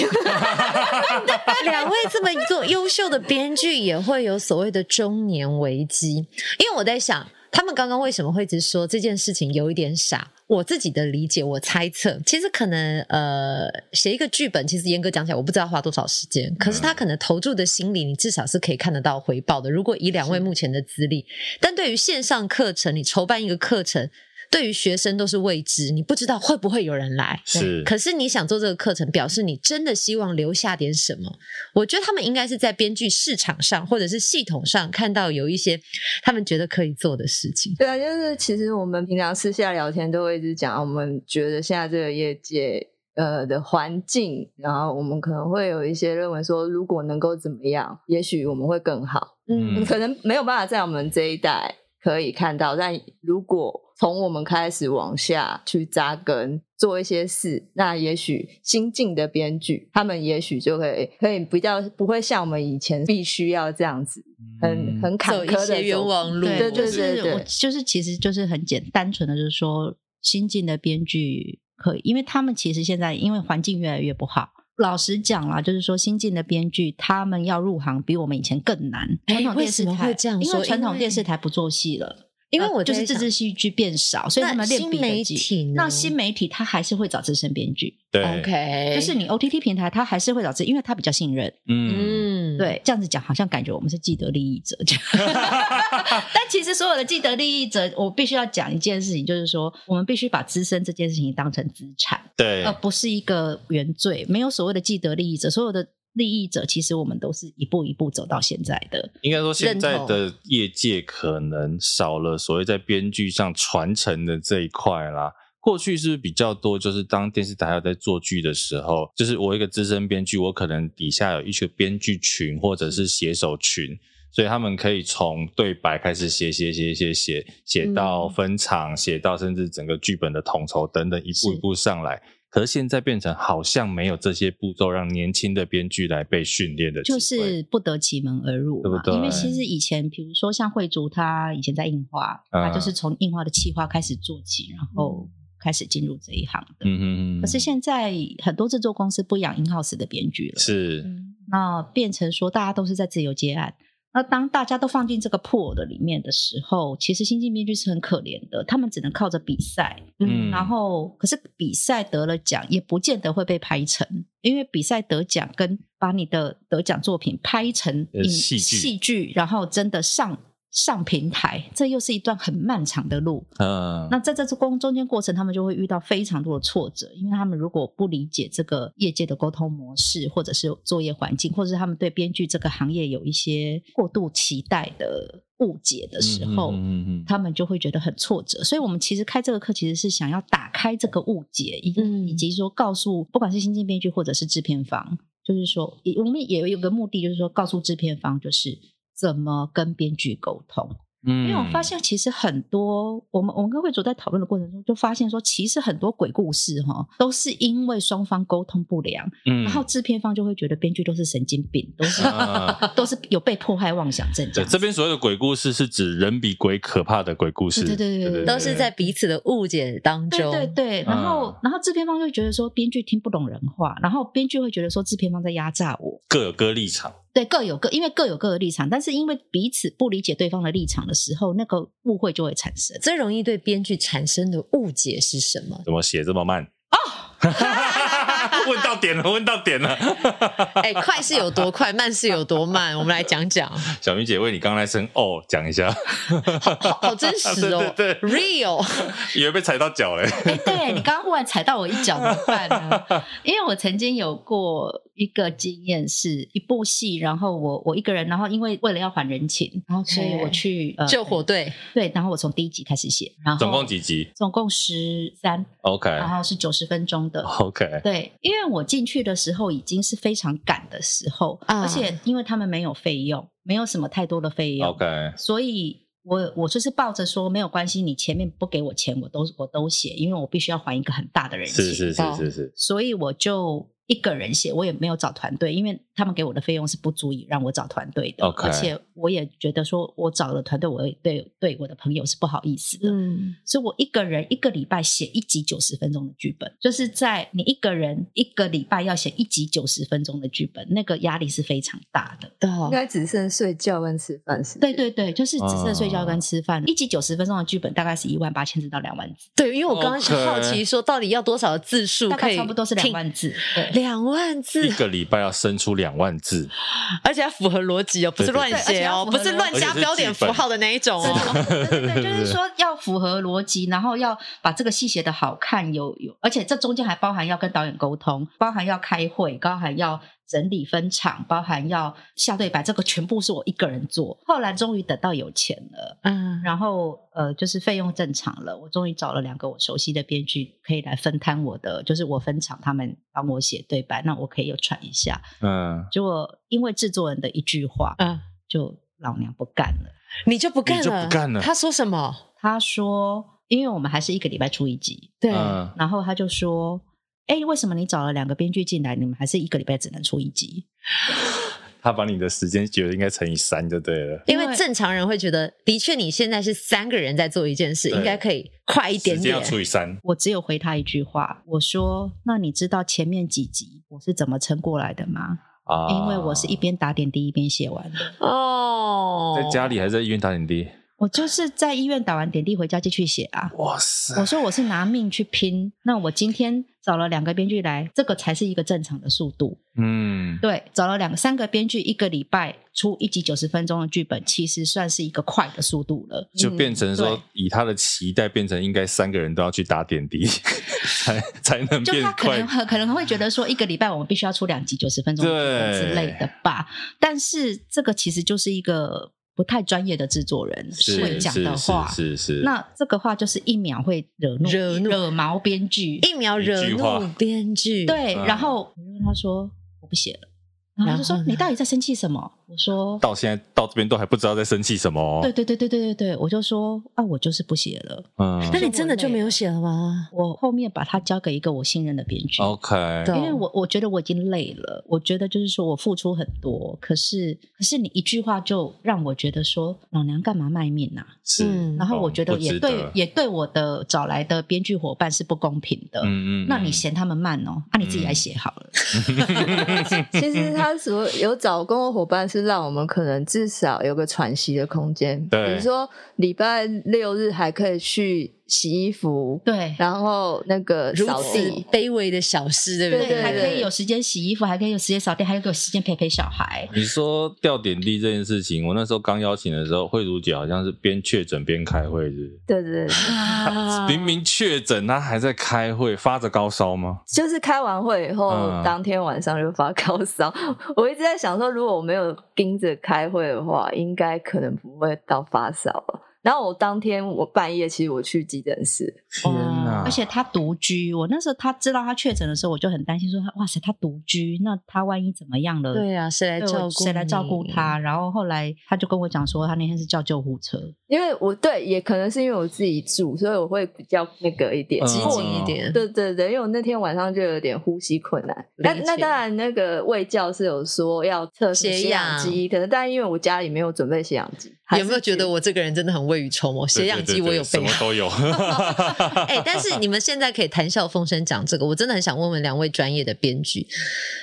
Speaker 6: 两位这么一个优秀的编剧，也会有所谓的中年危机，因为我在想。他们刚刚为什么会一直说这件事情有一点傻？我自己的理解，我猜测，其实可能呃，写一个剧本，其实严格讲起来，我不知道花多少时间，可是他可能投注的心理，你至少是可以看得到回报的。如果以两位目前的资历，但对于线上课程，你筹办一个课程，对于学生都是未知，你不知道会不会有人来。
Speaker 1: 是
Speaker 6: 可是你想做这个课程，表示你真的希望留下点什么。我觉得他们应该是在编剧市场上或者是系统上看到有一些他们觉得可以做的事情。
Speaker 2: 对啊，就是其实我们平常私下聊天都会一直讲，啊我们觉得现在这个业界呃的环境，然后我们可能会有一些认为说，如果能够怎么样，也许我们会更好。
Speaker 1: 嗯
Speaker 2: 可能没有办法在我们这一代可以看到，但如果从我们开始往下去扎根，做一些事，那也许新进的编剧他们也许就可以可以比较不会像我们以前必须要这样子，很很坎坷
Speaker 6: 嗯走
Speaker 2: 的
Speaker 6: 一些冤枉路，
Speaker 2: 对对
Speaker 5: 就是
Speaker 2: 对
Speaker 5: 我就是其实就是很简单纯的，就是说新进的编剧可以，因为他们其实现在因为环境越来越不好。老实讲啦，就是说新进的编剧，他们要入行比我们以前更难。
Speaker 6: 哎
Speaker 5: 传统电视
Speaker 6: 为什
Speaker 5: 台
Speaker 6: 么会这样
Speaker 5: 因
Speaker 6: 说
Speaker 5: 为传
Speaker 6: 因
Speaker 5: 统
Speaker 6: 为
Speaker 5: 电视台不做戏了，
Speaker 6: 因为
Speaker 5: 呃
Speaker 6: 我
Speaker 5: 就
Speaker 6: 在
Speaker 5: 是自
Speaker 6: 想
Speaker 5: 制戏剧变少，所以他们练
Speaker 6: 新
Speaker 5: 笔
Speaker 6: 媒
Speaker 5: 的剧。
Speaker 6: 体呢，
Speaker 5: 那新媒体他还是会找资深编剧，
Speaker 1: 对，
Speaker 6: OK，
Speaker 5: 就是你 OTT 平台他还是会找资，因为他比较信任。
Speaker 1: 嗯，
Speaker 6: 嗯，
Speaker 5: 对，这样子讲好像感觉我们是既得利益者， 但其实所有的既得利益者，我必须要讲一件事情，就是说我们必须把资深这件事情当成资产，
Speaker 6: 哦
Speaker 1: 对
Speaker 5: 而不是一个原罪。没有所谓的既得利益者，所有的利益者其实我们都是一步一步走到现在的。
Speaker 1: 应该说，现在
Speaker 6: 认同
Speaker 1: 的业界可能少了所谓在编剧上传承的这一块啦。过去是不是比较多，就是当电视台要在做剧的时候，就是我一个资深编剧，我可能底下有一群编剧群或者是写手群，所以他们可以从对白开始写写写写写，写
Speaker 5: 嗯
Speaker 1: 到分场，写到甚至整个剧本的统筹等等，一步
Speaker 5: 是
Speaker 1: 一步上来。可是现在变成好像没有这些步骤，让年轻的编剧来被训练的机
Speaker 5: 就
Speaker 1: 会，
Speaker 5: 是不得其门而入
Speaker 1: 对不
Speaker 5: 嘛。
Speaker 1: 对
Speaker 5: 因为其实以前，比如说像慧竹，她以前在印花，她
Speaker 1: 嗯
Speaker 5: 就是从印花的企划开始做起，然后开始进入这一行的。
Speaker 1: 嗯哼嗯哼，
Speaker 5: 可是现在很多制作公司不养 in house 的编剧了，
Speaker 1: 是。
Speaker 5: 那变成说大家都是在自由接案。那当大家都放进这个 pool 的里面的时候，其实新进编剧是很可怜的，他们只能靠着比赛，
Speaker 1: 嗯
Speaker 5: 然后可是比赛得了奖也不见得会被拍成，因为比赛得奖跟把你的得奖作品拍成
Speaker 1: 呃
Speaker 5: 影
Speaker 1: 戏剧
Speaker 5: 戏剧，然后真的上上平台，这又是一段很漫长的路。
Speaker 1: 嗯，
Speaker 5: 那在这次中中间过程，他们就会遇到非常多的挫折，因为他们如果不理解这个业界的沟通模式，或者是作业环境，或者是他们对编剧这个行业有一些过度期待的误解的时候，
Speaker 1: 嗯嗯嗯嗯
Speaker 5: 他们就会觉得很挫折。所以，我们其实开这个课，其实是想要打开这个误解，以、
Speaker 6: 嗯
Speaker 5: 以及说告诉不管是新进编剧或者是制片方，就是说，也我们也有个目的，就是说告诉制片方，就是怎么跟编剧沟通。
Speaker 1: 嗯
Speaker 5: 因为我发现其实很多我们我们跟慧主在讨论的过程中，就发现说，其实很多鬼故事哈，都是因为双方沟通不良，
Speaker 1: 嗯
Speaker 5: 然后制片方就会觉得编剧都是神经病，都是、
Speaker 1: 啊
Speaker 5: 都是有被迫害妄想症这
Speaker 1: 对，
Speaker 5: 样
Speaker 1: 这
Speaker 5: 子。
Speaker 1: 边所谓的鬼故事是指人比鬼可怕的鬼故事，
Speaker 5: 对对对对对
Speaker 6: 都是在彼此的误解当
Speaker 5: 对
Speaker 6: 中。
Speaker 5: 对对，然后、
Speaker 1: 嗯
Speaker 5: 然后制片方就觉得说编剧听不懂人话，然后编剧会觉得说制片方在压榨我，
Speaker 1: 各有各立场，
Speaker 5: 对各有各，因为各有各的立场，但是因为彼此不理解对方的立场的时候，那个误会就会产生。
Speaker 6: 最容易对编剧产生的误解是什么？
Speaker 1: 怎么写这么慢？哦， 问到点了，问到点了。
Speaker 6: 哎，快是有多快，慢是有多慢？我们来讲讲，
Speaker 1: 小明姐为你刚来声哦讲一下，
Speaker 6: 好好真实哦
Speaker 1: ，对对对
Speaker 6: r e a l
Speaker 1: 以为被踩到脚嘞。
Speaker 5: 哎，对你刚刚忽然踩到我一脚，怎么办呢？因为我曾经有过一个经验，是一部戏，然后我我一个人，然后因为为了要还人情，然后所以我去、呃
Speaker 6: 救火队，
Speaker 5: 对，然后我从第一集开始写，然后
Speaker 1: 总共几集哎
Speaker 5: 总共十三，
Speaker 1: ？OK
Speaker 5: 然后是九十分钟的。
Speaker 1: OK，
Speaker 5: 对，因为我进去的时候已经是非常赶的时候，
Speaker 6: 啊
Speaker 5: 而且因为他们没有费用，没有什么太多的费用
Speaker 1: OK，
Speaker 5: 所以我我就是抱着说没有关系，你前面不给我钱，我都我都写，因为我必须要还一个很大的人情。
Speaker 1: 是是是是是，
Speaker 5: 所以我就一个人写，我也没有找团队，因为他们给我的费用是不足以让我找团队的。
Speaker 1: OK
Speaker 5: 而且我也觉得说，我找了团队，我也对对我的朋友是不好意思的。
Speaker 6: 嗯，
Speaker 5: 所以我一个人一个礼拜写一集九十分钟的剧本，就是在你一个人一个礼拜要写一集九十分钟的剧本，那个压力是非常大的。
Speaker 6: 到
Speaker 2: 应该只剩睡觉跟吃饭时间。
Speaker 5: 对对对，就是只
Speaker 1: 啊
Speaker 5: 剩睡觉跟吃饭。一集九十分钟的剧本大概是一万八千字到两万字，
Speaker 6: 对，因为我刚刚是
Speaker 1: OK
Speaker 6: 好奇说，到底要多少的字数
Speaker 5: 大
Speaker 6: 可
Speaker 5: 概
Speaker 6: 以
Speaker 5: 差不多是两万字。对。
Speaker 6: 听，两万字
Speaker 1: 一，个礼拜要生出两万字，
Speaker 6: 而且要符合逻辑哦，不是乱
Speaker 5: 对对
Speaker 6: 写哦，
Speaker 5: 对
Speaker 6: 不是乱加标点符号的那一种
Speaker 5: 对
Speaker 6: 哦。
Speaker 5: 对对对，就是说 要符合逻辑，然后要把这个戏写的好看，有有，而且这中间还包含要跟导演沟通，包含要开会，包含要整理分场，包含要下对白，这个全部是我一个人做。后来终于等到有钱了，
Speaker 6: 嗯，
Speaker 5: 然后呃，就是费用正常了，我终于找了两个我熟悉的编剧，可以来分摊我的，就是我分场，他们帮我写对白，那我可以有喘一下。
Speaker 1: 嗯，
Speaker 5: 结果因为制作人的一句话，
Speaker 6: 啊，
Speaker 5: 就老娘不干了。
Speaker 6: 你就不干
Speaker 1: 你
Speaker 6: 了，
Speaker 1: 就不干了
Speaker 6: 他说什么？
Speaker 5: 他说，因为我们还是一个礼拜出一集，
Speaker 6: 对，
Speaker 1: 嗯
Speaker 5: 然后他就说。哎，为什么你找了两个编剧进来，你们还是一个礼拜只能出一集？
Speaker 1: 他把你的时间觉得应该乘以三就对了，
Speaker 6: 因
Speaker 5: 因为
Speaker 6: 为正常人会觉得，的确你现在是三个人在做一件事，
Speaker 1: 对
Speaker 6: 应该可以快一点
Speaker 1: 时间要
Speaker 6: 点。
Speaker 1: 除以三，
Speaker 5: 我只有回他一句话，我说：“那你知道前面几集我是怎么撑过来的吗？
Speaker 1: 啊，
Speaker 5: 因为我是一边打点滴一边写完的。”
Speaker 6: 哦，
Speaker 1: 在家里还是在医院打点滴，
Speaker 5: 我就是在医院打完点滴回家继续写啊。
Speaker 1: 哇塞
Speaker 5: 我说我是拿命去拼，那我今天找了两个编剧来，这个才是一个正常的速度。
Speaker 1: 嗯，
Speaker 5: 对，找了两三个编剧，一个礼拜出一集九十分钟的剧本，其实算是一个快的速度了。
Speaker 1: 就变成说
Speaker 5: 嗯对，
Speaker 1: 以他的期待变成应该三个人都要去打点 滴，才才能
Speaker 5: 就
Speaker 1: 变
Speaker 5: 他可
Speaker 1: 快
Speaker 5: 能。很可能会觉得说，一个礼拜我们必须要出两集九十分钟的剧本
Speaker 1: 对
Speaker 5: 之类的吧。但是这个其实就是一个不太专业的制作人
Speaker 1: 是
Speaker 5: 会讲的话。
Speaker 1: 是是是是，
Speaker 5: 那这个话就是一秒会惹怒
Speaker 6: 惹怒
Speaker 5: 惹毛编剧，
Speaker 6: 一秒惹
Speaker 1: 一句
Speaker 6: 怒
Speaker 1: 话
Speaker 6: 编剧，，
Speaker 5: 对，
Speaker 1: 嗯
Speaker 5: 然后我就跟他说我不写了，然后他就
Speaker 6: 然
Speaker 5: 说
Speaker 6: 后呢
Speaker 5: 你到底在生气什么？我说
Speaker 1: 到现在到这边都还不知道在生气什么哦。
Speaker 5: 对对对对对对对，我就说啊，我就是不写了。
Speaker 6: 那
Speaker 1: 嗯
Speaker 6: 你真的就没有写了吗？
Speaker 5: 我后面把它交给一个我信任的编剧，
Speaker 1: ，OK，
Speaker 6: 懂
Speaker 5: 因为我我觉得我已经累了，我觉得就是说我付出很多，可是可是你一句话就让我觉得说老娘干嘛卖命啊？
Speaker 1: 是，哦
Speaker 6: 嗯
Speaker 5: 然后我觉得
Speaker 1: 懂不
Speaker 5: 也
Speaker 1: 值得
Speaker 5: 对也对我的找来的编剧伙伴是不公平的。
Speaker 1: 嗯嗯，
Speaker 5: 那你
Speaker 1: 嗯
Speaker 5: 嫌他们慢哦，那、你自己来写好了。
Speaker 2: 其实他所有找工作伙伴，是让我们可能至少有个喘息的空间。
Speaker 1: 对
Speaker 2: 比如说礼拜六日还可以去洗衣服，
Speaker 5: 对。
Speaker 2: 然后那个
Speaker 6: 如
Speaker 2: 扫
Speaker 6: 此
Speaker 2: 地，
Speaker 6: 卑微的小事，对不
Speaker 2: 对对
Speaker 5: 还
Speaker 2: 对
Speaker 5: 可以有时间洗衣服，还可以有时间扫地，还有个时间陪陪小孩。
Speaker 1: 你说掉点滴这件事情，我那时候刚邀请的时候，慧茹姐好像是边确诊边开会，是不是？
Speaker 2: 对对对，呃
Speaker 6: 啊
Speaker 1: 明明确诊，她还在开会，发着高烧吗？
Speaker 2: 就是开完会以后，
Speaker 1: 嗯
Speaker 2: 当天晚上就发高烧。我一直在想说，如果我没有盯着开会的话，应该可能不会到发烧了。然后我当天我半夜其实我去急诊室，
Speaker 1: 天
Speaker 2: 哦
Speaker 1: 哪！
Speaker 5: 哦而且他独居，我那时候他知道他确诊的时候，我就很担心说，哇塞，他独居，那他万一怎么样了？
Speaker 6: 对啊，谁来
Speaker 5: 对我
Speaker 6: 照顾？
Speaker 5: 谁来照顾？他？然后后来他就跟我讲说，他那天是叫救护车，
Speaker 2: 因为我对也可能是因为我自己住，所以我会比较那个一点
Speaker 1: 嗯
Speaker 6: 激进一点，
Speaker 2: 对对对，因为我那天晚上就有点呼吸困难。那
Speaker 6: 理解
Speaker 2: 那当然，那个卫教是有说要测试
Speaker 6: 血
Speaker 2: 血氧机，可能但因为我家里没有准备血氧机，还
Speaker 6: 有没有
Speaker 2: 是
Speaker 6: 觉
Speaker 2: 去
Speaker 6: 得我这个人真的很未雨绸缪？血氧机我有备
Speaker 1: 什
Speaker 2: 啊
Speaker 1: 么。都 有。
Speaker 6: 哎、但是你们现在可以谈笑风生讲这个，我真的很想问问两位专业的编剧，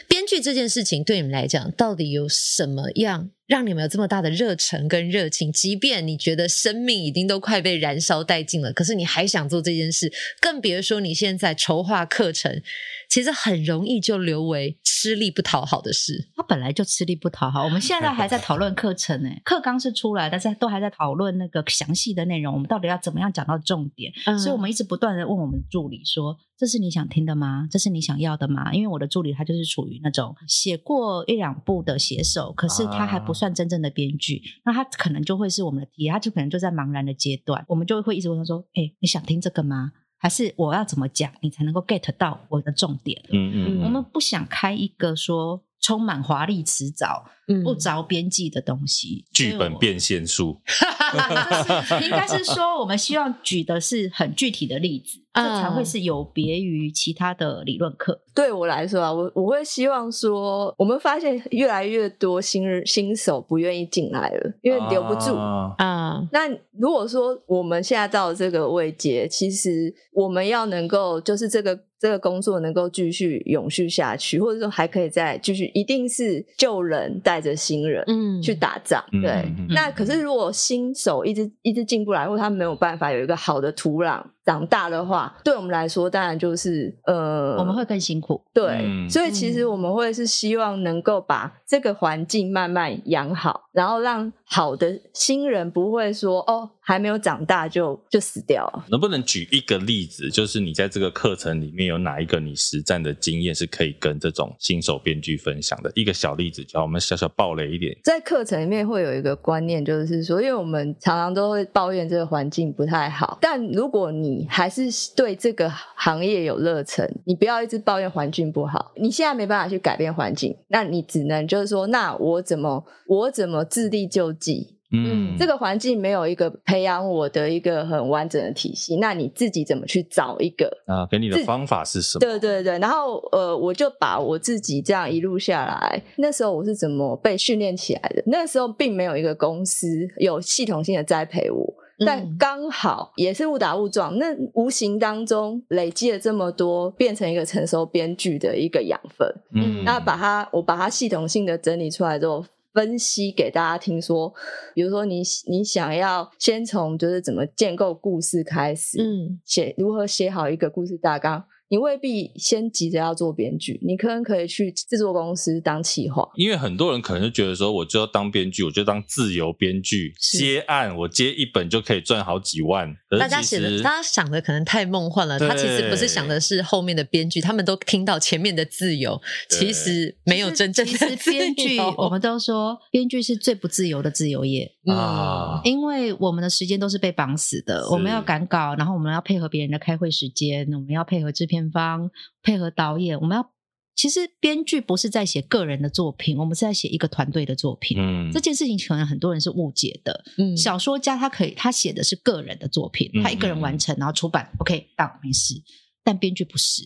Speaker 6: 编剧这件事情对你们来讲，到底有什么样让你们有这么大的热忱跟热情？即便你觉得生命已经都快被燃烧殆尽了，可是你还想做这件事，更别说你现在筹划课程，其实很容易就留为吃力不讨好的事。
Speaker 5: 他本来就吃力不讨好。我们现在还在讨论课程呢、欸课纲是出来，但是都还在讨论那个详细的内容，我们到底要怎么样讲到重点？
Speaker 6: 嗯
Speaker 1: 嗯
Speaker 5: 所以我们一直不断的问我们助理说：“这是你想听的吗？这是你想要的吗？”因为我的助理他就是处于那种写过一两部的写手，可是他还
Speaker 1: 啊
Speaker 5: 不算真正的编剧，那他可能就会是我们的题，他就可能就在茫然的阶段，我们就会一直问他说：“哎、你想听这个吗？还是我要怎么讲你才能够 get 到我的重点？”
Speaker 1: 嗯
Speaker 5: 我们不想开一个说充满华丽辞藻、
Speaker 6: 嗯
Speaker 5: 不着边际的东西，
Speaker 1: 剧
Speaker 5: 所以
Speaker 1: 本
Speaker 5: 我
Speaker 1: 变现术，
Speaker 5: 就是应该是说，我们希望举的是很具体的例子，这
Speaker 6: 嗯
Speaker 5: 才会是有别于其他的理论课。
Speaker 2: 对我来说啊，我我会希望说，我们发现越来越多新人新手不愿意进来了，因为留不住。
Speaker 1: 啊
Speaker 6: 啊，
Speaker 2: 那如果说我们现在到这个位阶，其实我们要能够就是这个这个工作能够继续永续下去，或者说还可以再继续，一定是旧人带着新人
Speaker 6: 嗯
Speaker 2: 去打仗。
Speaker 1: 嗯
Speaker 2: 对，
Speaker 1: 嗯嗯
Speaker 2: 那可是如果新手一直一直进不来，或他没有办法有一个好的土壤长大的话，对我们来说当然就是呃，
Speaker 5: 我们会更辛苦，
Speaker 2: 对，
Speaker 1: 嗯
Speaker 2: 所以其实我们会是希望能够把这个环境慢慢养好，然后让好的新人不会说哦还没有长大就就死掉了。
Speaker 1: 能不能举一个例子，就是你在这个课程里面有哪一个你实战的经验是可以跟这种新手编剧分享的？一个小例子，叫我们小小爆雷一点。
Speaker 2: 在课程里面会有一个观念，就是说，因为我们常常都会抱怨这个环境不太好，但如果你还是对这个行业有热忱，你不要一直抱怨环境不好。你现在没办法去改变环境，那你只能就是说，那我怎么我怎么自力救济？
Speaker 1: 嗯，
Speaker 2: 这个环境没有一个培养我的一个很完整的体系，那你自己怎么去找一个？
Speaker 1: 啊，给你的方法是什么？
Speaker 2: 对对对，然后呃，我就把我自己这样一路下来，那时候我是怎么被训练起来的？那时候并没有一个公司有系统性的栽培我，但刚好也是误打误撞，那无形当中累积了这么多，变成一个成熟编剧的一个养分。
Speaker 1: 嗯
Speaker 2: 那把它，我把它系统性的整理出来之后，分析给大家听说，比如说你你想要先从就是怎么建构故事开始，
Speaker 6: 嗯
Speaker 2: 写如何写好一个故事大纲，你未必先急着要做编剧，你可能可以去制作公司当企划。
Speaker 1: 因为很多人可能就觉得说，我就要当编剧，我就当自由编剧，
Speaker 5: 是
Speaker 1: 接案，我接一本就可以赚好几万。可是
Speaker 6: 大家
Speaker 1: 其
Speaker 6: 写的，
Speaker 1: 实
Speaker 6: 大家想的可能太梦幻了。他其实不是
Speaker 1: 对
Speaker 6: 想的是后面的编剧，他们都听到前面的自由，
Speaker 1: 对
Speaker 6: 其实没有真正
Speaker 5: 其
Speaker 6: 的
Speaker 5: 实
Speaker 6: 自由
Speaker 5: 编 剧，我们都说编剧是最不自由的自由业，
Speaker 1: 啊，
Speaker 5: 因为我们的时间都是被绑死的。
Speaker 1: 是
Speaker 5: 我们要赶稿，然后我们要配合别人的开会时间，我们要配合制片方、配合导演，我们要。其实编剧不是在写个人的作品，我们是在写一个团队的作品。
Speaker 1: 嗯
Speaker 5: 这件事情可能很多人是误解的，
Speaker 6: 嗯
Speaker 5: 小说家他可以他写的是个人的作品
Speaker 1: 嗯，
Speaker 5: 他一个人完成然后出版，OK，当没事。但编剧不是，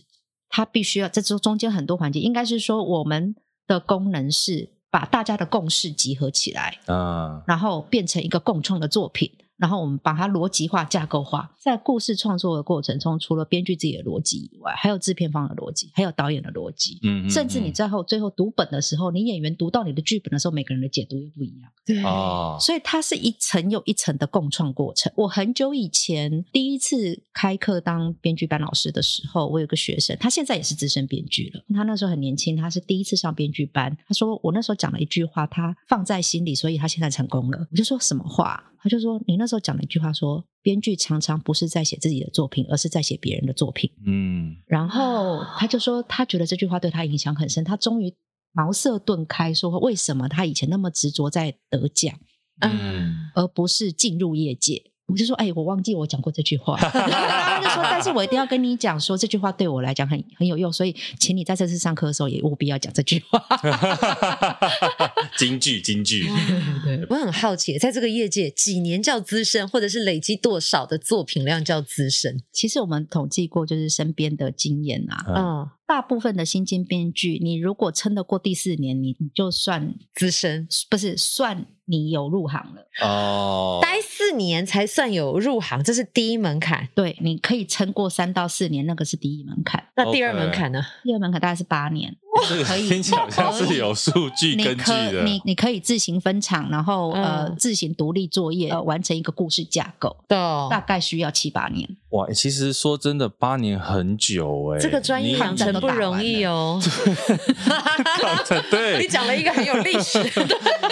Speaker 5: 他必须要在这中间很多环节，应该是说我们的功能是把大家的共识集合起来，
Speaker 1: 啊，
Speaker 5: 然后变成一个共创的作品。然后我们把它逻辑化、架构化，在故事创作的过程中，除了编剧自己的逻辑以外，还有制片方的逻辑，还有导演的逻辑，
Speaker 1: 嗯，嗯
Speaker 5: 甚至你
Speaker 1: 嗯
Speaker 5: 最后最后读本的时候，你演员读到你的剧本的时候，每个人的解读又不一样。
Speaker 6: 对，
Speaker 1: 哦，
Speaker 5: 所以它是一层又一层的共创过程。我很久以前第一次开课当编剧班老师的时候，我有个学生，他现在也是资深编剧了。他那时候很年轻，他是第一次上编剧班。他说我那时候讲了一句话，他放在心里，所以他现在成功了。我就说什么话？他就说你那时候讲了一句话说编剧常常不是在写自己的作品，而是在写别人的作品。
Speaker 1: 嗯，
Speaker 5: 然后他就说，他觉得这句话对他影响很深，他终于茅塞顿开，说为什么他以前那么执着在得奖，
Speaker 1: 嗯
Speaker 5: 而不是进入业界。我就说，哎、我忘记我讲过这句话。他就说，但是我一定要跟你讲，说这句话对我来讲很很有用，所以请你在这次上课的时候也务必要讲这句话。
Speaker 1: 京剧京剧，
Speaker 6: 我很好奇，在这个业界，几年叫资深，或者是累积多少的作品量叫资深？
Speaker 5: 其实我们统计过，就是身边的经验啊，
Speaker 1: 嗯
Speaker 6: 哦，
Speaker 5: 大部分的新进编剧，你如果撑得过第四年，你你就算
Speaker 6: 资深
Speaker 5: 不是算你有入行了。
Speaker 1: 哦，
Speaker 6: 待四年才算有入行，这是第一门槛。
Speaker 5: 对，你可以撑过三到四年，那个是第一门槛。
Speaker 6: 那第二
Speaker 1: OK
Speaker 6: 门槛呢？
Speaker 5: 第二门槛大概是八年，
Speaker 1: 这个
Speaker 5: 可以
Speaker 1: 听起来好像是有数据
Speaker 5: 你
Speaker 1: 根据
Speaker 5: 可
Speaker 1: 的，
Speaker 5: 你你可以自行分厂，然后、呃
Speaker 6: 嗯
Speaker 5: 自行独立作业、呃，完成一个故事架构，
Speaker 6: 懂
Speaker 5: 大概需要七八年。
Speaker 1: 哇，欸其实说真的，八年很久哎、
Speaker 6: 这个专业
Speaker 1: 你
Speaker 6: 养成不容易 哦。啊
Speaker 1: 抗战 对，
Speaker 6: 你讲了一个很有历史的，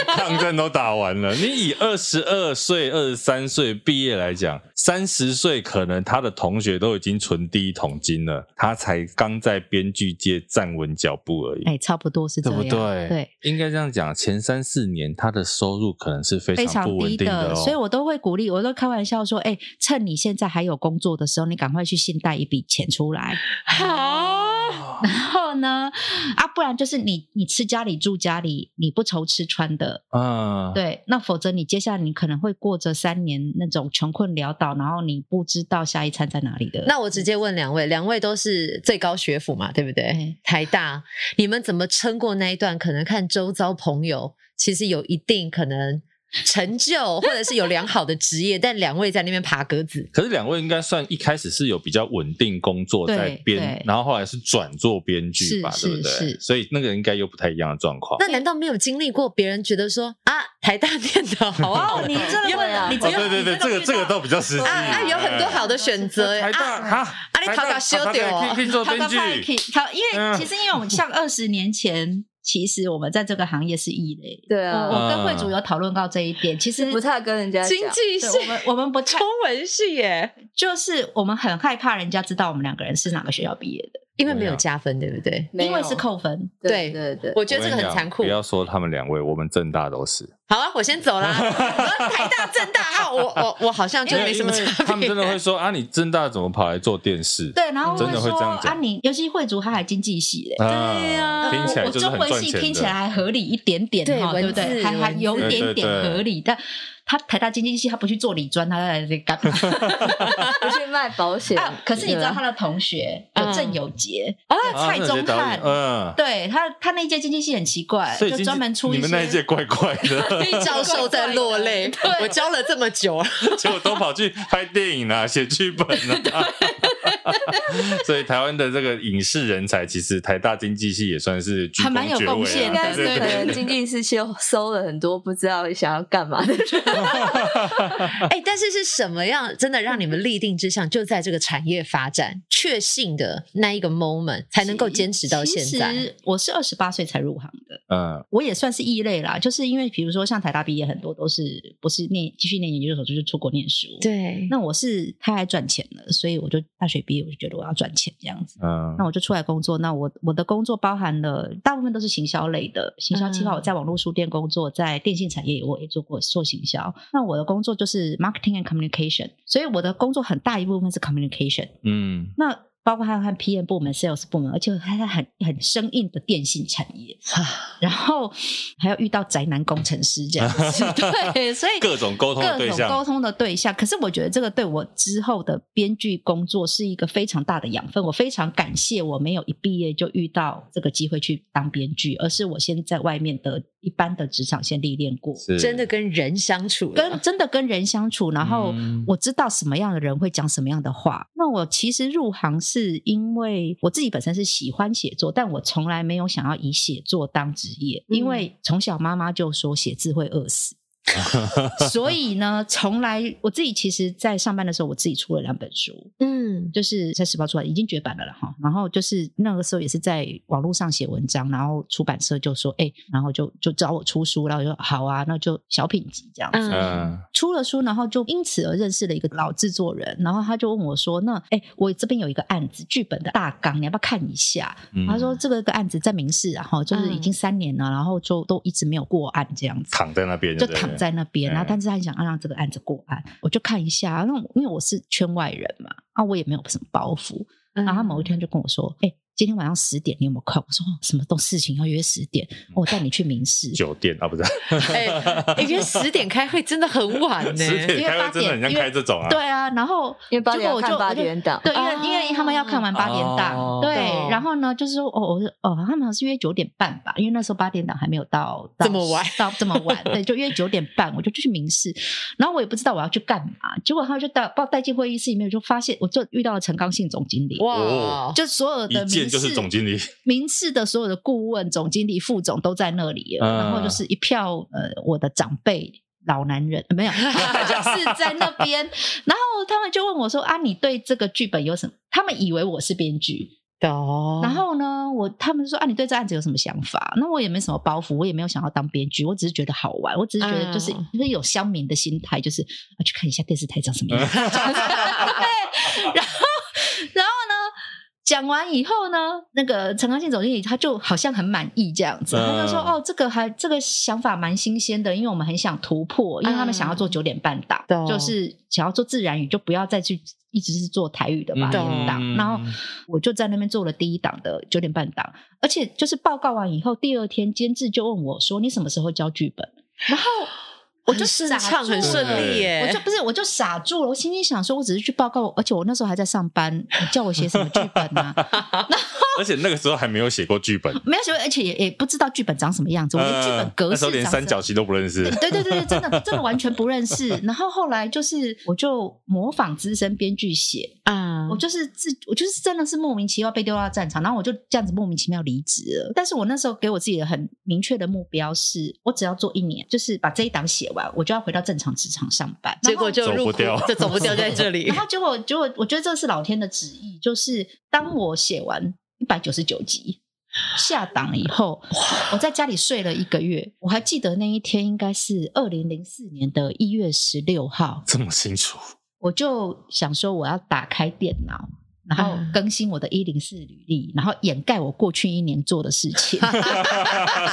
Speaker 1: 抗战都打完了。你以二十二岁、二十三岁毕业来讲，三十岁可能他的同学都已经存第一桶金了，他才刚在编剧界站稳脚步而已。
Speaker 5: 哎，差不多是这
Speaker 1: 对
Speaker 5: 样，
Speaker 1: 不对？
Speaker 5: 对，
Speaker 1: 应该这样讲，前三四年他的收入可能是非
Speaker 5: 非
Speaker 1: 不
Speaker 5: 常
Speaker 1: 稳
Speaker 5: 低
Speaker 1: 定哦。
Speaker 5: 所以我都会鼓励，我都开玩笑说，哎，趁你现在还有工作的时候，你赶快去信贷一笔钱出来，
Speaker 6: 好，
Speaker 5: 然后呢，啊，不然就是你你吃家里住家里，你不愁吃穿的，
Speaker 1: 嗯，
Speaker 5: 对，那否则你接下来你可能会过着三年那种穷困潦倒，然后你不知道下一餐在哪里的。
Speaker 6: 那我直接问两位，两位都是最高学府嘛，对不对
Speaker 5: 嗯？
Speaker 6: 台大，你们怎么撑过那一段？可能看周遭朋友，其实有一定可能成就，或者是有良好的职业，但两位在那边爬格子，
Speaker 1: 可是两位应该算一开始是有比较稳定工作在
Speaker 5: 对
Speaker 1: 编
Speaker 5: 对，
Speaker 1: 然后后来是转做编剧
Speaker 5: 是
Speaker 1: 吧，
Speaker 5: 是
Speaker 1: 对不对？
Speaker 5: 是
Speaker 1: 所以那个应该又不太一样的状况。
Speaker 6: 那难道没有经历过别人觉得说啊，台大念的好 啊？
Speaker 2: 哦
Speaker 7: 你真的会啊
Speaker 6: 你
Speaker 1: 哦，
Speaker 6: 真的
Speaker 1: 对对对，这个这个倒比较实际。
Speaker 6: 啊啊，有很多好的选择
Speaker 1: 哎台大
Speaker 6: 啊。
Speaker 1: 哈，
Speaker 6: 啊你考考修
Speaker 1: 台大
Speaker 6: 掉哦
Speaker 1: 可以可以做
Speaker 5: 他
Speaker 1: 编
Speaker 5: 他他可
Speaker 1: 剧
Speaker 5: 以，他因
Speaker 1: 嗯
Speaker 5: 为其实因为我们像二十年前， 其实我们在这个行业是异类。
Speaker 2: 对
Speaker 5: 我
Speaker 2: 啊，
Speaker 5: 我跟
Speaker 1: 嗯
Speaker 5: 慧主有讨论到这一点，其实
Speaker 2: 不太跟人家讲。
Speaker 6: 经济系
Speaker 5: 对，我们我们不太
Speaker 6: 中文系耶，
Speaker 5: 就是我们很害怕人家知道我们两个人是哪个学校毕业的，
Speaker 6: 因为没有加分，对不对？
Speaker 2: 没有
Speaker 5: 因为是扣分。
Speaker 2: 对
Speaker 6: 对
Speaker 2: 对对，
Speaker 6: 我觉得这个很残酷
Speaker 1: 不。要说他们两位，我们正大都是，
Speaker 6: 好啊，我先走啦。 台大、政大啊，我我我好像 就没什么
Speaker 1: 因为
Speaker 6: 差
Speaker 1: 他们
Speaker 6: 别
Speaker 1: 真。的会说啊，你正大怎么跑来做电视？
Speaker 5: 对，然后
Speaker 1: 真的会
Speaker 5: 说
Speaker 1: 这样讲
Speaker 5: 啊你，尤其慧主他还经济系嘞。
Speaker 1: 对
Speaker 6: 呀
Speaker 1: 啊听起来
Speaker 5: 我
Speaker 1: 就是
Speaker 5: 中
Speaker 1: 很
Speaker 5: 文
Speaker 1: 赚
Speaker 5: 系
Speaker 1: 钱
Speaker 5: 听起来
Speaker 1: 的。
Speaker 5: 还合理一点点
Speaker 6: 对
Speaker 5: 哈，对不
Speaker 6: 文字
Speaker 5: 对？还还有一
Speaker 1: 文字
Speaker 5: 点点
Speaker 1: 对对对
Speaker 5: 合理，但他台大经济系他不去做理专，他在这干嘛？
Speaker 2: 不去卖保险
Speaker 5: 啊，可是你知道他的同学有
Speaker 6: 嗯
Speaker 5: 郑有杰
Speaker 6: 啊
Speaker 1: 啊
Speaker 5: 蔡宗翰，
Speaker 1: 嗯，
Speaker 5: 对他他那一届经济系很奇怪，
Speaker 1: 所以
Speaker 5: 就
Speaker 1: 经济
Speaker 5: 专门出
Speaker 1: 你
Speaker 5: 一
Speaker 1: 们那一届
Speaker 5: 些。
Speaker 1: 怪怪 的，
Speaker 6: 教授在落 泪，我教了这么久，
Speaker 1: 结果都跑去拍电影啦、写剧本啦。 所以台湾的这个影视人才，其实台大经济系也算是鞠
Speaker 5: 还蛮有
Speaker 1: 躬绝
Speaker 5: 贡
Speaker 1: 尾
Speaker 5: 献
Speaker 2: 应
Speaker 1: 啦
Speaker 2: 该
Speaker 5: 的
Speaker 1: 对
Speaker 2: 是
Speaker 1: 对
Speaker 2: 可
Speaker 1: 对
Speaker 2: 能经济是收 收了很多不知道想要干嘛的人，
Speaker 6: 哎，但是是什么样真的让你们立定志向，就在这个产业发展确信的那一个 moment 才能够坚持到现
Speaker 5: 其
Speaker 6: 在？
Speaker 5: 实我是二十八岁才入行的，
Speaker 1: 嗯，
Speaker 5: 我也算是异类啦。就是因为比如说像台大毕业，很多都是不是念继续念研究所，就是出国念书。，
Speaker 6: 对
Speaker 5: 那我是太爱赚钱了，所以我就大学毕业我就觉得我要赚钱这样子。
Speaker 1: 嗯
Speaker 5: 那我就出来工作。那我我的工作包含了大部分都是行销类的，行销计划。
Speaker 6: 嗯
Speaker 5: 我在网络书店工作，在电信产业我也做过做行销。那我的工作就是 marketing and communication，所以我的工作很大一部分是 communication。
Speaker 1: 嗯，
Speaker 5: 那包括还有和 PM 部门、sales 部门，而且还在很很生硬的电信产业，然后还要遇到宅男工程师这样子，对，所以
Speaker 1: 各种沟通的
Speaker 5: 各
Speaker 1: 对
Speaker 5: 种
Speaker 1: 象
Speaker 5: 沟通的对象。可是我觉得这个对我之后的编剧工作是一个非常大的养分，我非常感谢我没有一毕业就遇到这个机会去当编剧，而是我先在外面的一般的职场先历练过，
Speaker 1: 是
Speaker 6: 真的跟人相处了，
Speaker 5: 跟真的跟人相处，然后
Speaker 1: 嗯
Speaker 5: 我知道什么样的人会讲什么样的话。那我其实入行是因为我自己本身是喜欢写作，但我从来没有想要以写作当职业，
Speaker 6: 嗯
Speaker 5: 因为从小妈妈就说写字会饿死。所以呢，从来我自己其实，在上班的时候，我自己出了两本书，
Speaker 6: 嗯
Speaker 5: 就是在时报出来已经绝版了了哈。然后就是那个时候也是在网络上写文章，然后出版社就说，哎、然后就就找我出书，然后我就好啊，那就小品集这样子。
Speaker 6: 嗯
Speaker 1: 嗯
Speaker 5: 出了书，然后就因此而认识了一个老制作人，然后他就问我说：“那哎、我这边有一个案子，剧本的大纲，你要不要看一下？”
Speaker 1: 嗯
Speaker 5: 他说：“这个案子在民事、啊，然后就是已经三年了，然后就都一直没有过案这样子。”
Speaker 1: 躺在那边
Speaker 5: 就
Speaker 1: 对不对
Speaker 5: 躺在那边，然后
Speaker 1: 嗯
Speaker 5: 但是他很想要让这个案子过案，我就看一下。啊那我因为我是圈外人嘛，啊，我也没有什么包袱。
Speaker 6: 嗯
Speaker 5: 然后他某一天就跟我说：“哎、今天晚上十点你有没有空？”我说：“哦什么都事情要约十点，
Speaker 1: 嗯
Speaker 5: 哦我带你去 民事。”
Speaker 1: 酒店啊，不是
Speaker 6: 哎，哎因为十点开会真的很晚呢，
Speaker 1: 十点
Speaker 5: 因为
Speaker 1: 开
Speaker 5: 八
Speaker 1: 会真的很
Speaker 5: 点
Speaker 1: 像
Speaker 5: 因为
Speaker 1: 开这种啊，
Speaker 5: 对啊，然后
Speaker 2: 因为八点
Speaker 5: 结
Speaker 2: 要
Speaker 5: 果我就
Speaker 2: 看八
Speaker 5: 我就
Speaker 2: 点档，
Speaker 5: 对，因为、
Speaker 6: 哦
Speaker 5: 因为他们要看完八点档，
Speaker 1: 哦
Speaker 5: 对
Speaker 6: 懂，
Speaker 5: 然后呢，就是说哦，我是哦，他们好像是约九点半吧，因为那时候八点档还没有到 到
Speaker 6: 这么晚，
Speaker 5: 到这么晚，对，就约九点半，我就去民事，然后我也不知道我要去干嘛，结果他就带把我带进会议室里面，我就发现我就遇到了陈刚信总经理。
Speaker 1: 哦
Speaker 6: 哇，
Speaker 5: 就所有的
Speaker 1: 一
Speaker 5: 民
Speaker 1: 见就是
Speaker 5: 事
Speaker 1: 总经 理，
Speaker 5: 民事的所有的顾问、总经理、副总都在那里
Speaker 1: 嗯
Speaker 5: 了，然后就是一票呃，我的长辈。老男人呃没有，就是在那边，然后他们就问我说：“啊，你对这个剧本有什么？”他们以为我是编剧，
Speaker 6: 懂
Speaker 5: 然后呢，我他们就说：“啊，你对这案子有什么想法？”那我也没什么包袱，我也没有想要当编剧，我只是觉得好玩，我只是觉得就是、
Speaker 6: 嗯
Speaker 5: 就是有乡民的心态，就是啊去看一下电视台长什么 样。对，然后然后呢，讲完以后呢，那个陈刚信总经理他就好像很满意这样子，他就说：“
Speaker 1: 嗯
Speaker 5: 哦，这个还这个想法蛮新鲜的，因为我们很想突破，因为他们想要做九点半档，
Speaker 6: 嗯懂
Speaker 5: 就是想要做自然语，就不要再去一直是做台语的八点档。
Speaker 1: 懂
Speaker 5: 然后我就在那边做了第一档的九点半档，而且就是报告完以后，第二天监制就问我说：“你什么时候交剧本？”然后我就
Speaker 6: 很顺
Speaker 5: 傻
Speaker 6: 畅
Speaker 5: 住
Speaker 6: 很顺
Speaker 5: 了
Speaker 6: 利耶，
Speaker 5: 我
Speaker 1: 哎
Speaker 5: 就不是，我就傻住了。我心里想说，我只是去报告，而且我那时候还在上班，你叫我写什么剧本呢、啊？
Speaker 1: 而且那个时候还没有写过剧本，
Speaker 5: 没有写，而且也也不知道剧本长什么样子，我连剧本
Speaker 1: 嗯
Speaker 5: 格
Speaker 1: 那
Speaker 5: 式
Speaker 1: 时候
Speaker 5: 长
Speaker 1: 连
Speaker 5: 什
Speaker 1: 三角
Speaker 5: 么。
Speaker 1: 形都不认识，
Speaker 5: 对对对对，真的真的完全不认识。然后后来就是，我就模仿资深编剧写，
Speaker 6: 啊
Speaker 5: 我就是自，我就是真的是莫名其妙被丢到战场，然后我就这样子莫名其妙离职了。但是我那时候给我自己的很明确的目标是，我只要做一年，就是把这一档写完，我就要回到正常职场上班。
Speaker 6: 结果就
Speaker 1: 走
Speaker 6: 入
Speaker 1: 不
Speaker 6: 股
Speaker 1: 掉
Speaker 6: 就走不掉在这里
Speaker 5: 然后，然，后结果结果，我觉得这是老天的旨意，就是当我写完一百九十九集。下档以后，我在家里睡了一个月。我还记得那一天应该是二零零四年的一月十六号，
Speaker 1: 这么清 楚，
Speaker 5: 我就想说我要打开电脑，然后
Speaker 6: 嗯
Speaker 5: 更新我的一零四履历，然后掩盖我过去一年做的事 情。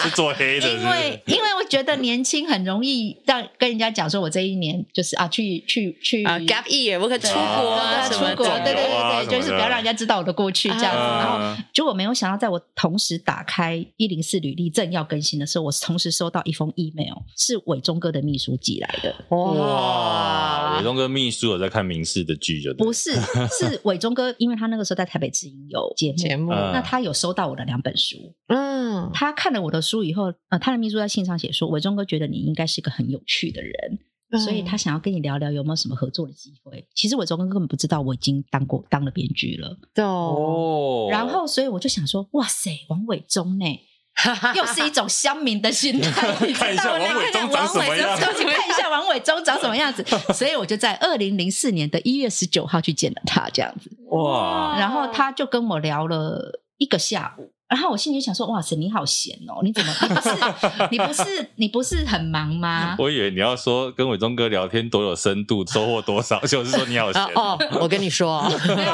Speaker 1: 是做黑的，是不
Speaker 5: 因
Speaker 1: 是
Speaker 5: 为因为我觉得年轻很容易让跟人家讲说，我这一年就是啊去去去
Speaker 6: 啊，gap year，我可出
Speaker 5: 对
Speaker 6: 国啊，
Speaker 1: 啊
Speaker 6: 什
Speaker 5: 出
Speaker 6: 么
Speaker 5: 国，
Speaker 6: 的
Speaker 5: 对对
Speaker 1: 有啊
Speaker 5: 对
Speaker 1: 什
Speaker 5: 对，
Speaker 1: 么
Speaker 5: 就是
Speaker 1: 的
Speaker 5: 不要让人家知道我的过去这样子。
Speaker 6: 啊
Speaker 5: 然后结果没有想到，在我同时打开一零四履历正要更新的时候，我同时收到一封 email，是伟忠哥的秘书寄来的。
Speaker 1: 哇，伟东跟秘书有在看民事的剧就对
Speaker 5: 不是，是伟忠哥，因为他那个时候在台北之音有节目，
Speaker 6: 节目，
Speaker 1: 嗯
Speaker 5: 那他有收到我的两本书。
Speaker 6: 嗯，
Speaker 5: 他看了我的书以后，呃，他的秘书在信上写说，伟忠哥觉得你应该是个很有趣的人，所以他想要跟你聊聊有没有什么合作的机会。其实伟忠哥根本不知道我已经当过当了编剧了，
Speaker 6: 嗯懂，
Speaker 1: 哦
Speaker 5: 然后所以我就想说，哇塞，王伟 忠呢，又是一种乡民的心态，你知道吗
Speaker 1: 看一下王伟忠长什么样
Speaker 5: 我去看一下王伟忠长什么样子，所以我就在二零零四年的一月十九号去见了他，这样子，
Speaker 1: 哇，
Speaker 5: 然后他就跟我聊了一个下午，然后我心里想说，哇塞，你好闲哦，你怎么你不是你不是你不是很忙吗？
Speaker 1: 我以为你要说跟伟忠哥聊天多有深度，收获多少，就是说你好 闲
Speaker 6: 啊哦，我跟 你说，
Speaker 5: 没有没有，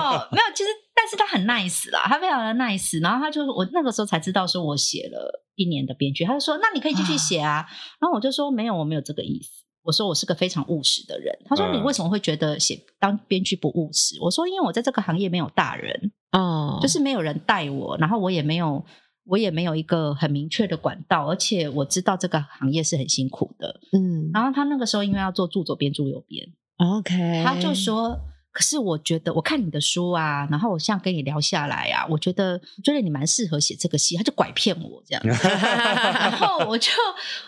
Speaker 5: 其实但是他很 nice 啦，他非常的 nice，然后他就我那个时候才知道说我写了一年的编剧，他就说那你可以继续写啊，然后我就说没有，我没有这个意思。我说我是个非常务实的人，他说
Speaker 1: 嗯
Speaker 5: 你为什么会觉得写当编剧不务实？我说因为我在这个行业没有大人，
Speaker 6: 哦，
Speaker 5: 就是没有人带我，然后我也没有我也没有一个很明确的管道，而且我知道这个行业是很辛苦的。
Speaker 6: 嗯
Speaker 5: 然后他那个时候因为要做驻左边驻右边，
Speaker 6: ，OK，
Speaker 5: 他就说。可是我觉得我看你的书啊，然后我像跟你聊下来啊，我觉得我觉得你蛮适合写这个戏，他就拐骗我这样，然后我就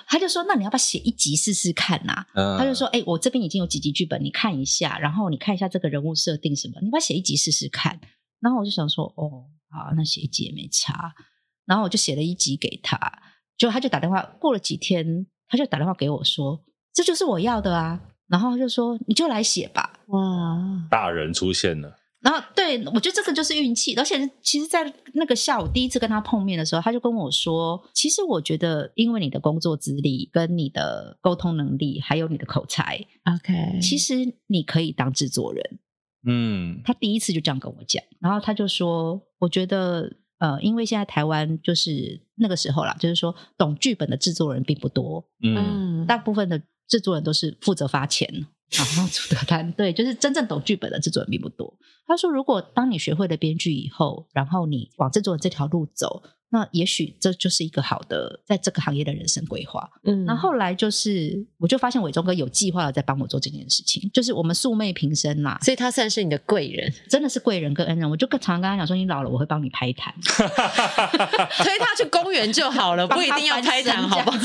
Speaker 5: 他就说那你要不要写一集试试看呐、
Speaker 1: 嗯
Speaker 5: 他就说：“哎、我这边已经有几集剧本，你看一下，然后你看一下这个人物设定什么，你把它写一集试试看。”然后我就想说：“哦，好，那写一集也没差。”然后我就写了一集给他，就他就打电话，过了几天他就打电话给我说：“这就是我要的啊。”然后他就说：“你就来写吧。”
Speaker 6: 哇，
Speaker 1: 大人出现了，
Speaker 5: 然后对我觉得这个就是运气，而且其实，在那个下午第一次跟他碰面的时候，他就跟我说，其实我觉得，因为你的工作资历、跟你的沟通能力，还有你的口才，OK，其实你可以当制作人。
Speaker 1: 嗯，
Speaker 5: 他第一次就这样跟我讲，然后他就说，我觉得。呃，因为现在台湾就是那个时候啦，就是说懂剧本的制作人并不多，
Speaker 1: 嗯，
Speaker 6: 嗯，
Speaker 5: 大部分的制作人都是负责发钱，然后出的单。对，就是真正懂剧本的制作人并不多。他说，如果当你学会了编剧以后，然后你往制作人这条路走，那也许这就是一个好的在这个行业的人生规划。
Speaker 6: 嗯
Speaker 5: 那后来就是，我就发现伟忠哥有计划的在帮我做这件事情，就是我们素昧平生啦，
Speaker 6: 所以他算是你的贵 人，
Speaker 5: 真的是贵人跟恩人。我就跟常常跟他讲说，你老了我会帮你拍坛，
Speaker 6: 推他去公园就好 了，不一定要开坛，好不好？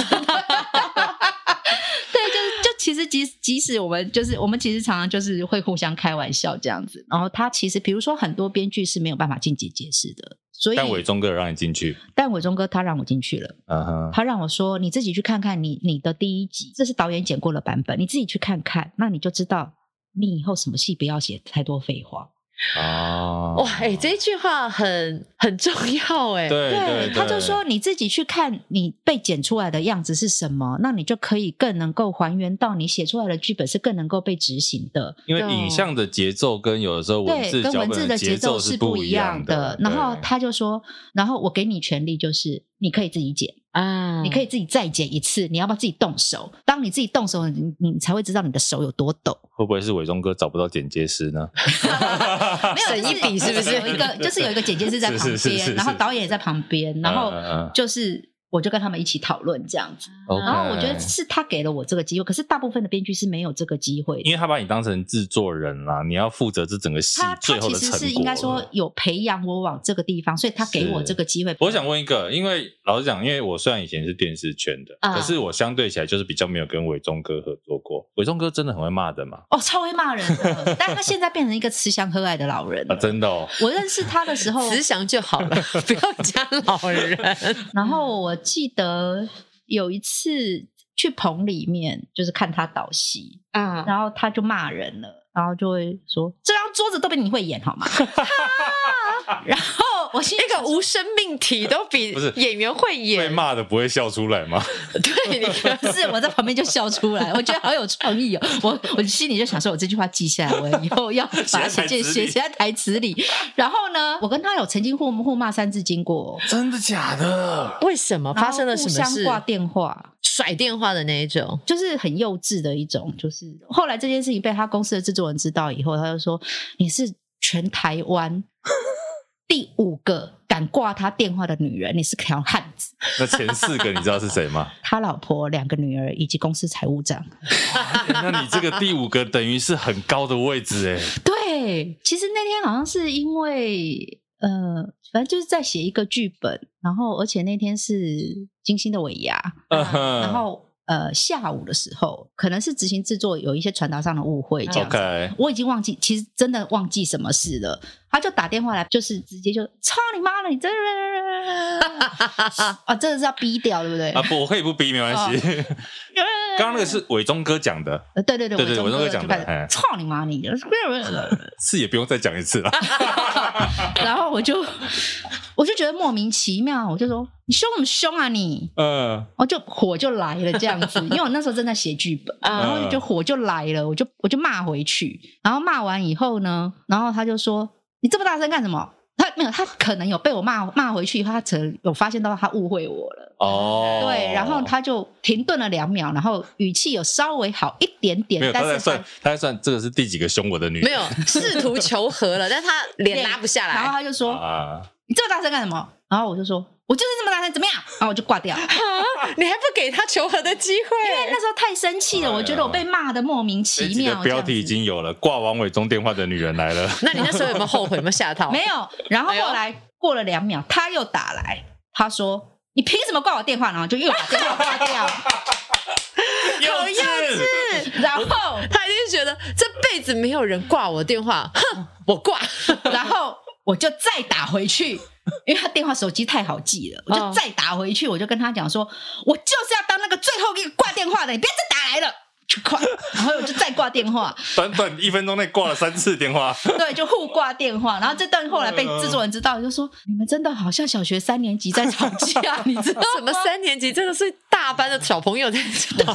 Speaker 5: 对，就是就其实即即使我们就是我们其实常常就是会互相开玩笑这样子，然后他其实比如说很多编剧是没有办法进结界式的，所以
Speaker 1: 但伟忠哥有让你进去，
Speaker 5: 但伟忠哥他让我进去了，
Speaker 1: 嗯哼，
Speaker 5: 他让我说你自己去看看你你的第一集，这是导演剪过的版本，你自己去看看，那你就知道你以后什么戏不要写太多废话。
Speaker 1: 哦，
Speaker 6: 哇，哎、这一句话很很重要、哎，
Speaker 1: 对对，
Speaker 5: 他就说你自己去看你被剪出来的样子是什么，那你就可以更能够还原到你写出来的剧本是更能够被执行的。
Speaker 1: 因为影像的节奏跟有的时候文字
Speaker 5: 对，跟
Speaker 1: 脚
Speaker 5: 文
Speaker 1: 本
Speaker 5: 字的
Speaker 1: 节
Speaker 5: 节奏
Speaker 1: 是
Speaker 5: 不
Speaker 1: 一
Speaker 5: 样
Speaker 1: 的。
Speaker 5: 然后
Speaker 1: 对
Speaker 5: 他就说，然后我给你权利，就是你可以自己剪，
Speaker 6: 啊，
Speaker 5: 你可以自己再剪一次，你要不要自己动手？当你自己动手，你你才会知道你的手有多 抖。
Speaker 1: 会不会是伟忠哥找不到剪接师 呢？
Speaker 5: 没有，
Speaker 6: 省一笔
Speaker 5: 就是
Speaker 6: 不是
Speaker 5: 有一个，就是有一个剪接师在
Speaker 1: 是是
Speaker 5: 旁
Speaker 1: 是是是
Speaker 5: 边，然后导演也在旁边，然后
Speaker 1: 嗯嗯嗯
Speaker 5: 就是我就跟他们一起讨论这样子。然后我觉得
Speaker 1: OK
Speaker 5: 是他给了我这个机会，可是大部分的编剧是没有这个机会的
Speaker 1: 因。为他把你当成制作人啦，你要负责这整个戏
Speaker 5: 他
Speaker 1: 最
Speaker 5: 他
Speaker 1: 后
Speaker 5: 其
Speaker 1: 的成
Speaker 5: 实
Speaker 1: 果。
Speaker 5: 是应该说有培养我往这个地方，所以他给我
Speaker 1: 是
Speaker 5: 这个机会。
Speaker 1: 我想问一个，因为老实讲，因为我虽然以前是电视圈的，
Speaker 5: 啊
Speaker 1: 可是我相对起来就是比较没有跟伟忠哥合作过。伟忠哥真的很会骂人嘛？
Speaker 5: 哦，超会骂人的，但他现在变成一个慈祥和蔼的老人了。
Speaker 1: 啊，真的哦，
Speaker 5: 我认识他的时 候，
Speaker 6: 慈祥就好了，不要加老 人。
Speaker 5: 然后我记得有一次去棚里面，就是看他导戏，
Speaker 6: 啊，
Speaker 5: 然后他就骂人了，然后就会说：“这张桌子都被你会演好吗？” 哈然后我心里
Speaker 6: 那个无生命体都比
Speaker 1: 不是
Speaker 6: 演员会
Speaker 1: 被
Speaker 6: 演，
Speaker 1: 骂的不会笑出来吗？
Speaker 6: 对，你看
Speaker 5: 不是，我在旁边就笑出来，我觉得好有创意哦。 我我心里就想说，我这句话记下来，我以后要把它写进写写在台词 里。然后呢，我跟他有曾经互互骂三字经过，
Speaker 1: 真的假的？
Speaker 6: 为什么发生了什么
Speaker 5: 然后互
Speaker 6: 事
Speaker 5: 相？挂电话，
Speaker 6: 甩电话的那一种，
Speaker 5: 就是很幼稚的一种。就是后来这件事情被他公司的制作人知道以后，他就说你是全台湾 第五个敢挂他电话的女人，你是条汉子。
Speaker 1: 那前四个你知道是谁 吗？
Speaker 5: 他老婆、两个女儿以及公司财务长。
Speaker 1: 哎那你这个第五个等于是很高的位置哎、
Speaker 5: 对，其实那天好像是因为呃，反正就是在写一个剧本，然后而且那天是金星的尾牙，
Speaker 1: 嗯哼
Speaker 5: 然后呃下午的时候，可能是执行制作有一些传达上的误会这样子。
Speaker 1: OK，
Speaker 5: 我已经忘记，其实真的忘记什么事了。他就打电话来，就是直接就操你妈了，你真 的啊，真的是要逼掉，对不对？
Speaker 1: 啊不，我可以不逼，没关系。
Speaker 5: 哦
Speaker 1: 刚刚那个是伟忠哥讲的，
Speaker 5: 呃对对对，
Speaker 1: 对对
Speaker 5: 我
Speaker 1: 我那个讲的嘿
Speaker 5: 操你妈你！
Speaker 1: 是也不用再讲一次了。
Speaker 5: 然后我就 我就觉得莫名其妙，我就说你凶什么凶啊你？
Speaker 1: 嗯，
Speaker 5: 我就火就来了这样子，因为我那时候正在写剧本，然
Speaker 1: 嗯
Speaker 5: 后就火就来了，我就我就骂回去，然后骂完以后呢，然后他就说你这么大声干什么？他没有，他可能有被我骂骂回去以后，他可能有发现到他误会我了，
Speaker 1: 哦，
Speaker 5: 对，然后他就停顿了两秒，然后语气有稍微好一点
Speaker 1: 没有，
Speaker 5: 点，
Speaker 1: 他
Speaker 5: 但
Speaker 1: 在
Speaker 5: 是
Speaker 1: 算，他在算这个是第几个凶我的女人
Speaker 6: 没有试图求和了，但他脸拉不下
Speaker 5: 然后 他
Speaker 6: 来。
Speaker 5: 就说
Speaker 1: 啊？
Speaker 5: 你这么大声干什么？然后我就说，我就是这么大声，怎么样？然后我就挂掉。
Speaker 6: 你还不给他求和的机
Speaker 5: 因为
Speaker 6: 会？
Speaker 5: 那时候太生
Speaker 1: 哎
Speaker 5: 气了，我觉得我被骂的莫名其
Speaker 1: 这集
Speaker 5: 妙。
Speaker 1: 的标题已经有了，挂王伟忠电话的女人来了。
Speaker 6: 那你那时候有没有后悔？有没有吓
Speaker 5: 这
Speaker 6: 到？
Speaker 5: 样子没有，然后后来过了两秒，他又打来，他说：“你凭什么挂我电话？”然后就又把电话挂掉。
Speaker 1: 幼稚，
Speaker 5: 然后，
Speaker 6: 他一定觉得这辈子没有人挂我电话，哼，我挂。
Speaker 5: 然后我就再打回去，因为他电话手机太好记了，我就
Speaker 6: 哦
Speaker 5: 再打回去，我就跟他讲说：“我就是要当那个最后一个挂电话的，你别再打来了。”就挂，然后我就再挂电话，
Speaker 1: 短短一分钟内挂了三次电话，
Speaker 5: 对，就互挂电话。然后这段后来被制作人知道，就说你们真的好像小学三年级在吵架，你知道吗
Speaker 6: 什么三年级，这个是大班的小朋友在吵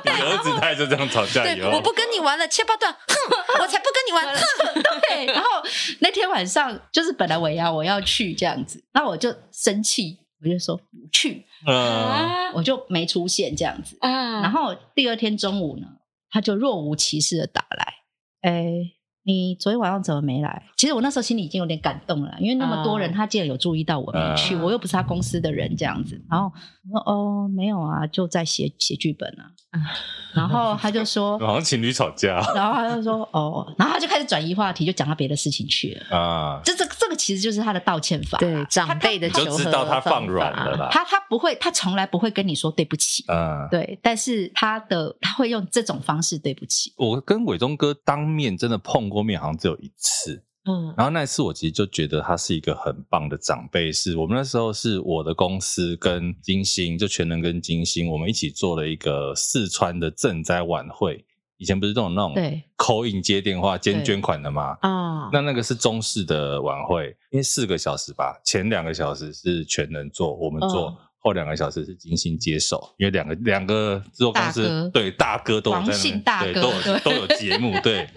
Speaker 6: 架
Speaker 1: 你儿子他也就这样吵架以
Speaker 6: 对，
Speaker 1: 后，
Speaker 6: 我不跟你玩了，切八段， 哼，我才不跟你玩，哼。
Speaker 5: 对， 然后那天晚上就是本来我要我要去这样子，然后我就生气，我就说不去，
Speaker 7: 啊
Speaker 2: 啊
Speaker 1: 嗯，
Speaker 5: 我就没出现这样子。
Speaker 2: 嗯
Speaker 6: 啊
Speaker 5: 然后第二天中午呢，他就若无其事的打来，哎。你昨天晚上怎么没来？其实我那时候心里已经有点感动了，因为那么多人，
Speaker 6: 啊
Speaker 5: 他竟然有注意到我没去，
Speaker 6: 啊
Speaker 5: 我又不是他公司的人，这样子。然后我说哦，没有啊，就在写写剧本啊。然后他就说，
Speaker 1: 嗯好像情侣吵架
Speaker 5: 然后他就说哦，然后他就开始转移话题，就讲到别的事情去了。
Speaker 1: 啊，
Speaker 5: 这这这个其实就是他的道歉法，啊
Speaker 6: 对长辈的
Speaker 1: 你就
Speaker 6: 求
Speaker 1: 知
Speaker 6: 和
Speaker 1: 道他放
Speaker 6: 方
Speaker 1: 软
Speaker 6: 法
Speaker 1: 了啦
Speaker 5: 他他不会，他从来不会跟你说对不起，
Speaker 1: 嗯。
Speaker 5: 对，但是他的他会用这种方式对不起，
Speaker 1: 我跟伟忠哥当面真的碰过面，好像只有一次。
Speaker 6: 嗯
Speaker 1: 然后那一次，我其实就觉得他是一个很棒的长辈。是我们那时候是我的公司跟金星，就全能跟金星，我们一起做了一个四川的赈灾晚会。以前不是这种那种
Speaker 5: 对
Speaker 1: 口音接电话兼捐款的吗？
Speaker 6: 啊，
Speaker 1: 那那个是中式的晚会，因为四个小时吧，前两个小时是全能做，我们做；
Speaker 6: 嗯
Speaker 1: 后两个小时是金星接手，因为两个两个制作公
Speaker 5: 大哥
Speaker 1: 司对大哥都有在那
Speaker 5: 王姓大
Speaker 1: 对
Speaker 5: 哥
Speaker 1: 都有
Speaker 5: 对
Speaker 1: 都有节目。 对，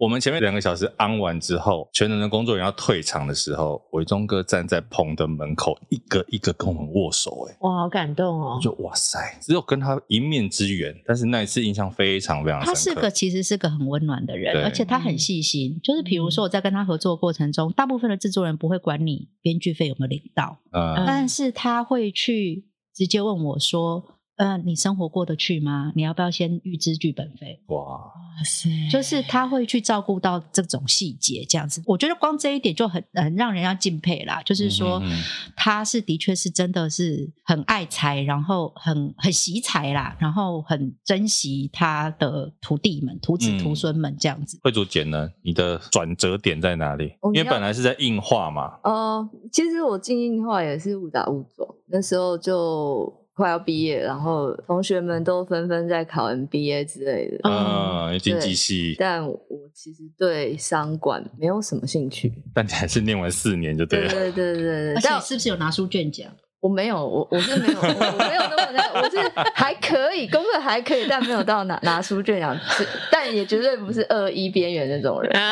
Speaker 1: 我们前面两个小时安完之后，全能的工作人员要退场的时候，伟忠哥站在棚的门口，一个一个跟我们握手、欸，
Speaker 6: 哇，好感动哦
Speaker 1: 我！就哇塞，只有跟他一面之缘，但是那一次印象非常非常深刻。
Speaker 5: 他是个其实是个很温暖的
Speaker 1: 对
Speaker 5: 人，而且他很细心，就是比如说我在跟他合作的过程
Speaker 6: 嗯
Speaker 5: 中，大部分的制作人不会管你编剧费有没有领到，
Speaker 6: 嗯
Speaker 1: 呃
Speaker 5: 但是他会去直接问我说，呃，你生活过得去吗？你要不要先预支剧本费？
Speaker 1: 哇，
Speaker 6: 哇塞，
Speaker 5: 就是他会去照顾到这种细节，这样子，我觉得光这一点就很很让人家敬佩啦。就是说，
Speaker 1: 嗯嗯嗯
Speaker 5: 他是的确是真的是很爱财，然后很很惜财啦，然后很珍惜他的徒弟们、徒子
Speaker 1: 嗯
Speaker 5: 徒孙们这样子。
Speaker 1: 慧竹姐呢？你的转折点在哪里？
Speaker 2: 我
Speaker 1: 因
Speaker 2: 们
Speaker 1: 为
Speaker 2: 哦要
Speaker 1: 本来是在硬化嘛，
Speaker 2: 呃，其实我进硬化也是误打误撞，那时候就快要毕业，然后同学们都纷纷在考 MBA 之类
Speaker 5: 哦
Speaker 2: 的，
Speaker 5: 呃
Speaker 6: 嗯
Speaker 1: 嗯，经济系，
Speaker 2: 但我其实对商管没有什么兴趣。
Speaker 1: 但你还是念完四年就对
Speaker 2: 对
Speaker 1: 了。
Speaker 2: 对对对
Speaker 5: 嗯啊 而
Speaker 2: 对，
Speaker 5: 且
Speaker 2: 但
Speaker 5: 是不是有拿书卷奖？
Speaker 2: 我没有，我我是没有，我我没有那么的， 我是还可以，功课还可以，但没有到拿拿书卷奖，是但也绝对不是二一边缘那种人。
Speaker 6: 啊，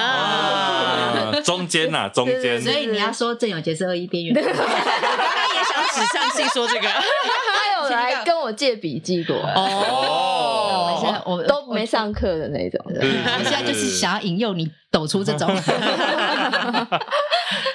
Speaker 1: 啊，中间 呐，中间
Speaker 2: 对
Speaker 5: 所以你要说郑有杰是二一边缘，
Speaker 6: 我刚刚也想指向性说这 个
Speaker 2: 他有来跟我借笔记过，
Speaker 5: 哦我现在
Speaker 6: 哦，
Speaker 5: 我
Speaker 2: 都没。上课的那种。
Speaker 1: 是
Speaker 5: 我现在就是想要引诱你抖出 这种，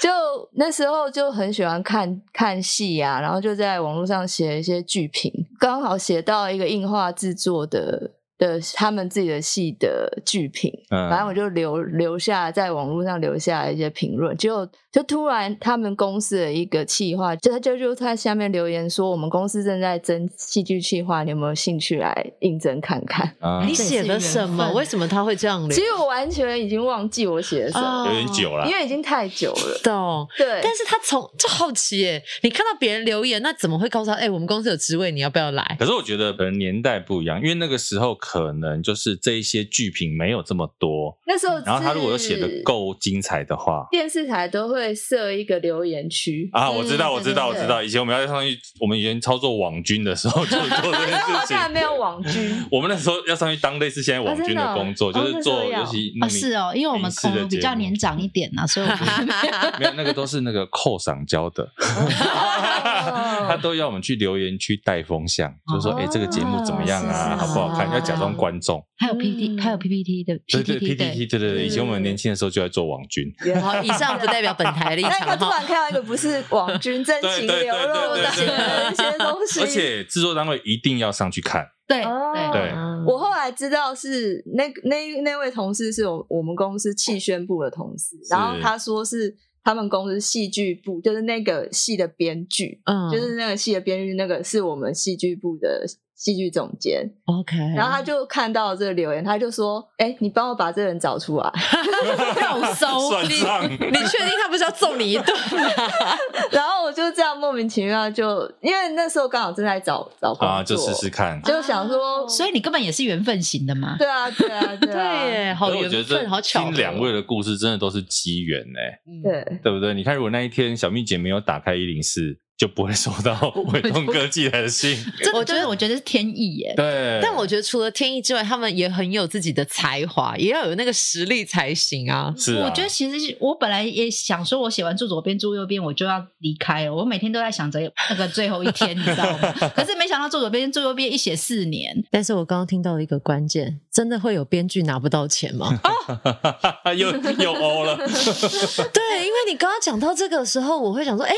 Speaker 2: 就那时候就很喜欢看看戏啊，然后就在网络上写一些剧评，刚好写到一个硬化制作的的他们自己的戏的剧评，
Speaker 1: 嗯
Speaker 2: 反正我就留留下在网络上留下一些评论，结果就突然他们公司的一个企划，就他就就在下面留言说，我们公司正在征戏剧企划，你有没有兴趣来应征看看？
Speaker 1: 啊
Speaker 6: 你写的什么？为什么他会这样
Speaker 2: 其
Speaker 6: 留？
Speaker 2: 实我完全已经忘记我写的什么，
Speaker 1: 有点久了
Speaker 2: 因，为已经太久了。
Speaker 6: 哦懂。
Speaker 2: 对，
Speaker 6: 但是他从就好奇耶，你看到别人留言，那怎么会告诉他？哎，我们公司有职位，你要不要来？
Speaker 1: 可是我觉得可能年代不一样，因为那个时候可能就是这一些剧评没有这么多，
Speaker 2: 那时候
Speaker 1: 然后他
Speaker 2: 哦是
Speaker 1: 如果又写的够精彩的话。
Speaker 2: 电视台都会设一个留言区。
Speaker 1: 啊，我知道，
Speaker 5: 嗯
Speaker 1: 我知道，我
Speaker 5: 对对
Speaker 1: 知道。以前我们要上去，我们以前操作网军的时候就做这件
Speaker 2: 那我
Speaker 1: 事
Speaker 2: 现
Speaker 1: 情。
Speaker 2: 在没有网剧，
Speaker 1: 我们那时候要上去当类似现在网军的工作，
Speaker 2: 啊
Speaker 1: 就
Speaker 2: 真的
Speaker 1: 是
Speaker 2: 哦
Speaker 1: 做
Speaker 2: 哦那时候
Speaker 1: 尤
Speaker 2: 要
Speaker 1: 其那
Speaker 5: 哦
Speaker 1: 个
Speaker 5: 是哦，因为我们
Speaker 1: 影视的
Speaker 5: 恐龙比
Speaker 1: 节
Speaker 5: 较
Speaker 1: 目
Speaker 5: 年长一点啊，所以我觉得
Speaker 1: 没有那个都是那个扣赏教的， 他
Speaker 2: 哦
Speaker 1: 都要我们去留言区带风向，就说哎、这个节目怎么样啊，
Speaker 6: 是
Speaker 1: 好不好看？
Speaker 6: 是
Speaker 1: 要假装观众。
Speaker 5: 还有
Speaker 6: 嗯
Speaker 5: PPT，还有 PPT 的
Speaker 1: 对对
Speaker 5: PPT 对
Speaker 1: PPT，对对对，以前我们年轻的时候就在做网军，
Speaker 6: 好，以上不代表本台 立
Speaker 2: 那个
Speaker 6: 场
Speaker 2: 突然
Speaker 6: 哈。
Speaker 2: 看到一个不是网 军真
Speaker 1: 对
Speaker 2: 情
Speaker 1: 对对
Speaker 2: 流露
Speaker 1: 对
Speaker 2: 的
Speaker 1: 对对
Speaker 2: 一些东西，
Speaker 1: 而且制作单位一定要上去看。
Speaker 5: 对
Speaker 2: 哦
Speaker 5: 对
Speaker 1: 对
Speaker 2: 我后来知道是那那那位同事是我我们公司气宣部的同事，然后他说是他们公司戏剧部，就是那个戏的编剧，
Speaker 6: 嗯
Speaker 2: 就是那个戏的编剧，那个是我们戏剧部的戏剧总监。
Speaker 6: OK，
Speaker 1: 哎
Speaker 2: 然后他就看到这个留言，他就说：“哎、你帮我把这人找出来。
Speaker 7: 肉 搜，
Speaker 1: 算账，
Speaker 6: 你确定他不是要揍你一顿吗？”
Speaker 2: 然后我就这样莫名其妙就，因为那时候刚好正在找找工作，
Speaker 1: 啊，就试试看。
Speaker 2: 就想说，
Speaker 5: 哦所以你根本也是缘分型的嘛。
Speaker 2: 对啊，对啊，对啊，
Speaker 6: 对啊耶，好
Speaker 1: 所以我觉得
Speaker 6: 缘
Speaker 1: 这
Speaker 6: 分，好巧合。哦
Speaker 1: 听两位的故事真的都是机缘哎，
Speaker 2: 对
Speaker 1: 对不对？你看，如果那一天小蜜姐没有打开一零四，就不会收到伟东哥寄来的信。
Speaker 5: 真的，
Speaker 6: 我觉
Speaker 5: 真
Speaker 6: 得
Speaker 5: 的，我觉得是天意耶。
Speaker 1: 对，
Speaker 6: 但我觉得除了天意之外，他们也很有自己的才华，也要有那个实力才行啊。
Speaker 1: 是啊，
Speaker 5: 我觉得其实是我本来也想说，我写完住左边住右边我就要离开了。我每天都在想着那个最后一天，你知道吗？ 可是没想到住左边住右边一写四年，
Speaker 6: 但是我刚刚听到了一个关键，真的会有编剧拿不到钱吗？
Speaker 1: 得又又欧了。
Speaker 6: 对，因为你刚刚讲到这个时候，我会想说，哎、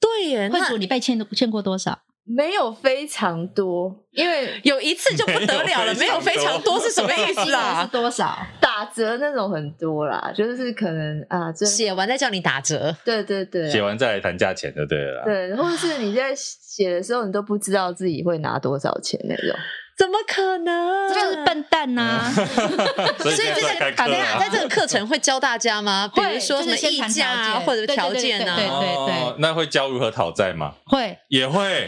Speaker 6: 对耶，
Speaker 5: 惠
Speaker 6: 那
Speaker 5: 主你被欠欠过多少？
Speaker 2: 没有非常多，因为
Speaker 6: 有一次就不得了了，没
Speaker 1: 没
Speaker 6: 有
Speaker 1: 有
Speaker 6: 非
Speaker 1: 非
Speaker 6: 常
Speaker 1: 常
Speaker 6: 多
Speaker 1: 多
Speaker 6: 是什么意思
Speaker 5: 是
Speaker 6: 啊？
Speaker 5: 多少？
Speaker 2: 打折那种很多啦，就是可能啊，这
Speaker 6: 写完再叫你打折，
Speaker 2: 对对对，
Speaker 1: 写完再来谈价钱就对了啦。
Speaker 2: 对，或者是你在写的时候，你都不知道自己会拿多少钱那种。
Speaker 6: 怎么可能？
Speaker 5: 这就是笨蛋呐、
Speaker 1: 嗯所以
Speaker 6: 所以
Speaker 1: 现
Speaker 6: 这
Speaker 1: 在
Speaker 6: 个
Speaker 1: 开
Speaker 6: 打
Speaker 1: 课啊
Speaker 6: 电
Speaker 1: 了。
Speaker 6: 话，在这个课程会教大家吗？比
Speaker 5: 会
Speaker 6: 如说什么
Speaker 5: 就是先
Speaker 6: 议
Speaker 5: 谈
Speaker 6: 价啊，
Speaker 5: 条件
Speaker 6: 或者
Speaker 5: 对对
Speaker 6: 条
Speaker 5: 对对
Speaker 6: 件
Speaker 5: 对
Speaker 6: 啊？
Speaker 1: 哦，那会教如何讨债吗？
Speaker 5: 会。
Speaker 1: 也会，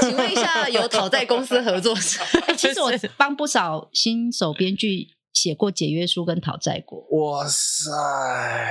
Speaker 6: 请问一下，有讨债公司合作社？
Speaker 5: 哎、 其 实我帮不少新手编剧写过解约书跟讨债过。
Speaker 1: 哇塞，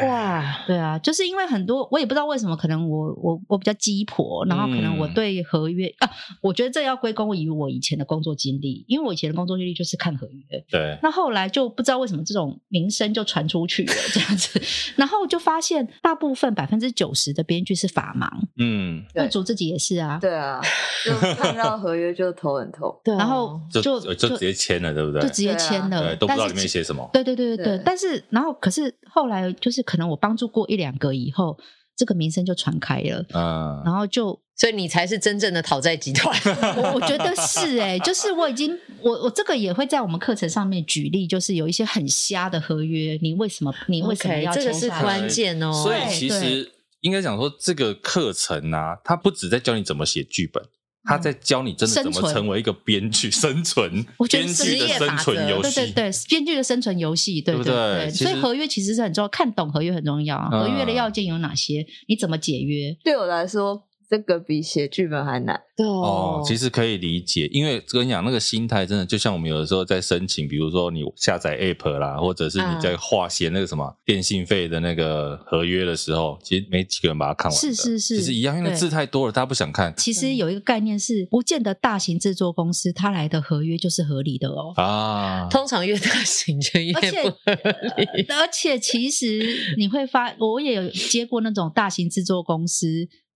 Speaker 6: 哇，
Speaker 5: 对啊，就是因为很多我也不知道为什么，可能我我我比较鸡婆，然后可能我
Speaker 1: 嗯
Speaker 5: 对合约、啊，我觉得这要归功于我以前的工作经历，因为我以前的工作经历就是看合约，
Speaker 1: 对，
Speaker 5: 那后来就不知道为什么这种名声就传出去了这样子， 然后就发现大部分百分之九十的编剧是法盲，
Speaker 1: 嗯，
Speaker 2: 对
Speaker 5: 剧组自己也是啊，
Speaker 2: 对啊，就看到合约就头很痛。
Speaker 6: 对啊
Speaker 5: 然后
Speaker 1: 就
Speaker 5: 就
Speaker 1: 就直接签了，对不对
Speaker 5: 就？直接
Speaker 2: 哦对啊
Speaker 5: 签了，
Speaker 1: 对，都不知道
Speaker 5: 但
Speaker 1: 里
Speaker 5: 是
Speaker 1: 面写什么。
Speaker 5: 对对对对对
Speaker 2: 对，
Speaker 5: 但是然后可是后来就是可能我帮助过一两个以后，这个名声就传开了，
Speaker 1: 嗯，
Speaker 5: 然后就
Speaker 6: 所以你才是真正的讨债集团。
Speaker 5: 我我觉得是哎、就是我已经我我这个也会在我们课程上面举例，就是有一些很瞎的合约，你为什么你为什么
Speaker 6: OK，
Speaker 5: 要
Speaker 6: 这个
Speaker 5: 签
Speaker 6: 是
Speaker 5: 下来
Speaker 6: 关键哦。
Speaker 1: 所以其实应该讲说，这个课程啊，它不只在教你怎么写剧
Speaker 5: 嗯
Speaker 1: 本，它在教你真的怎
Speaker 5: 生
Speaker 1: 么
Speaker 5: 存
Speaker 1: 成为一个编 剧，生存
Speaker 5: 我，觉得
Speaker 1: 编
Speaker 5: 是
Speaker 1: 剧的
Speaker 6: 职业
Speaker 1: 生
Speaker 6: 法
Speaker 1: 存
Speaker 6: 则
Speaker 1: 游
Speaker 5: 对对
Speaker 1: 戏。
Speaker 5: 对，编剧的生存游戏，对
Speaker 1: 对不对
Speaker 5: 对
Speaker 1: 其实
Speaker 5: 所以合约其实是很重要，看懂合约很重要啊。
Speaker 1: 嗯
Speaker 5: 合约的要件有哪些？你怎么解约？
Speaker 2: 对我来说，这个比写剧本还难。
Speaker 6: 对
Speaker 1: 哦，其实可以理解，因为跟你讲，那个心态真的就像我们有的时候在申请，比如说你下载 App 啦，或者是你在划写那个什
Speaker 5: 嗯
Speaker 1: 么电信费的那个合约的时候，其实没几个人把它看完的，
Speaker 5: 是是是
Speaker 1: 其实一样，因为
Speaker 5: 对
Speaker 1: 字太多了，大家不想看
Speaker 5: 其实有一个概念是，不见得大型制作公司它来的合约就是合理的哦。
Speaker 1: 啊。
Speaker 6: 通常越大型就越
Speaker 5: 而且
Speaker 6: 不合理。
Speaker 5: 而且其实你会发，我也有接过那种大型制作公司，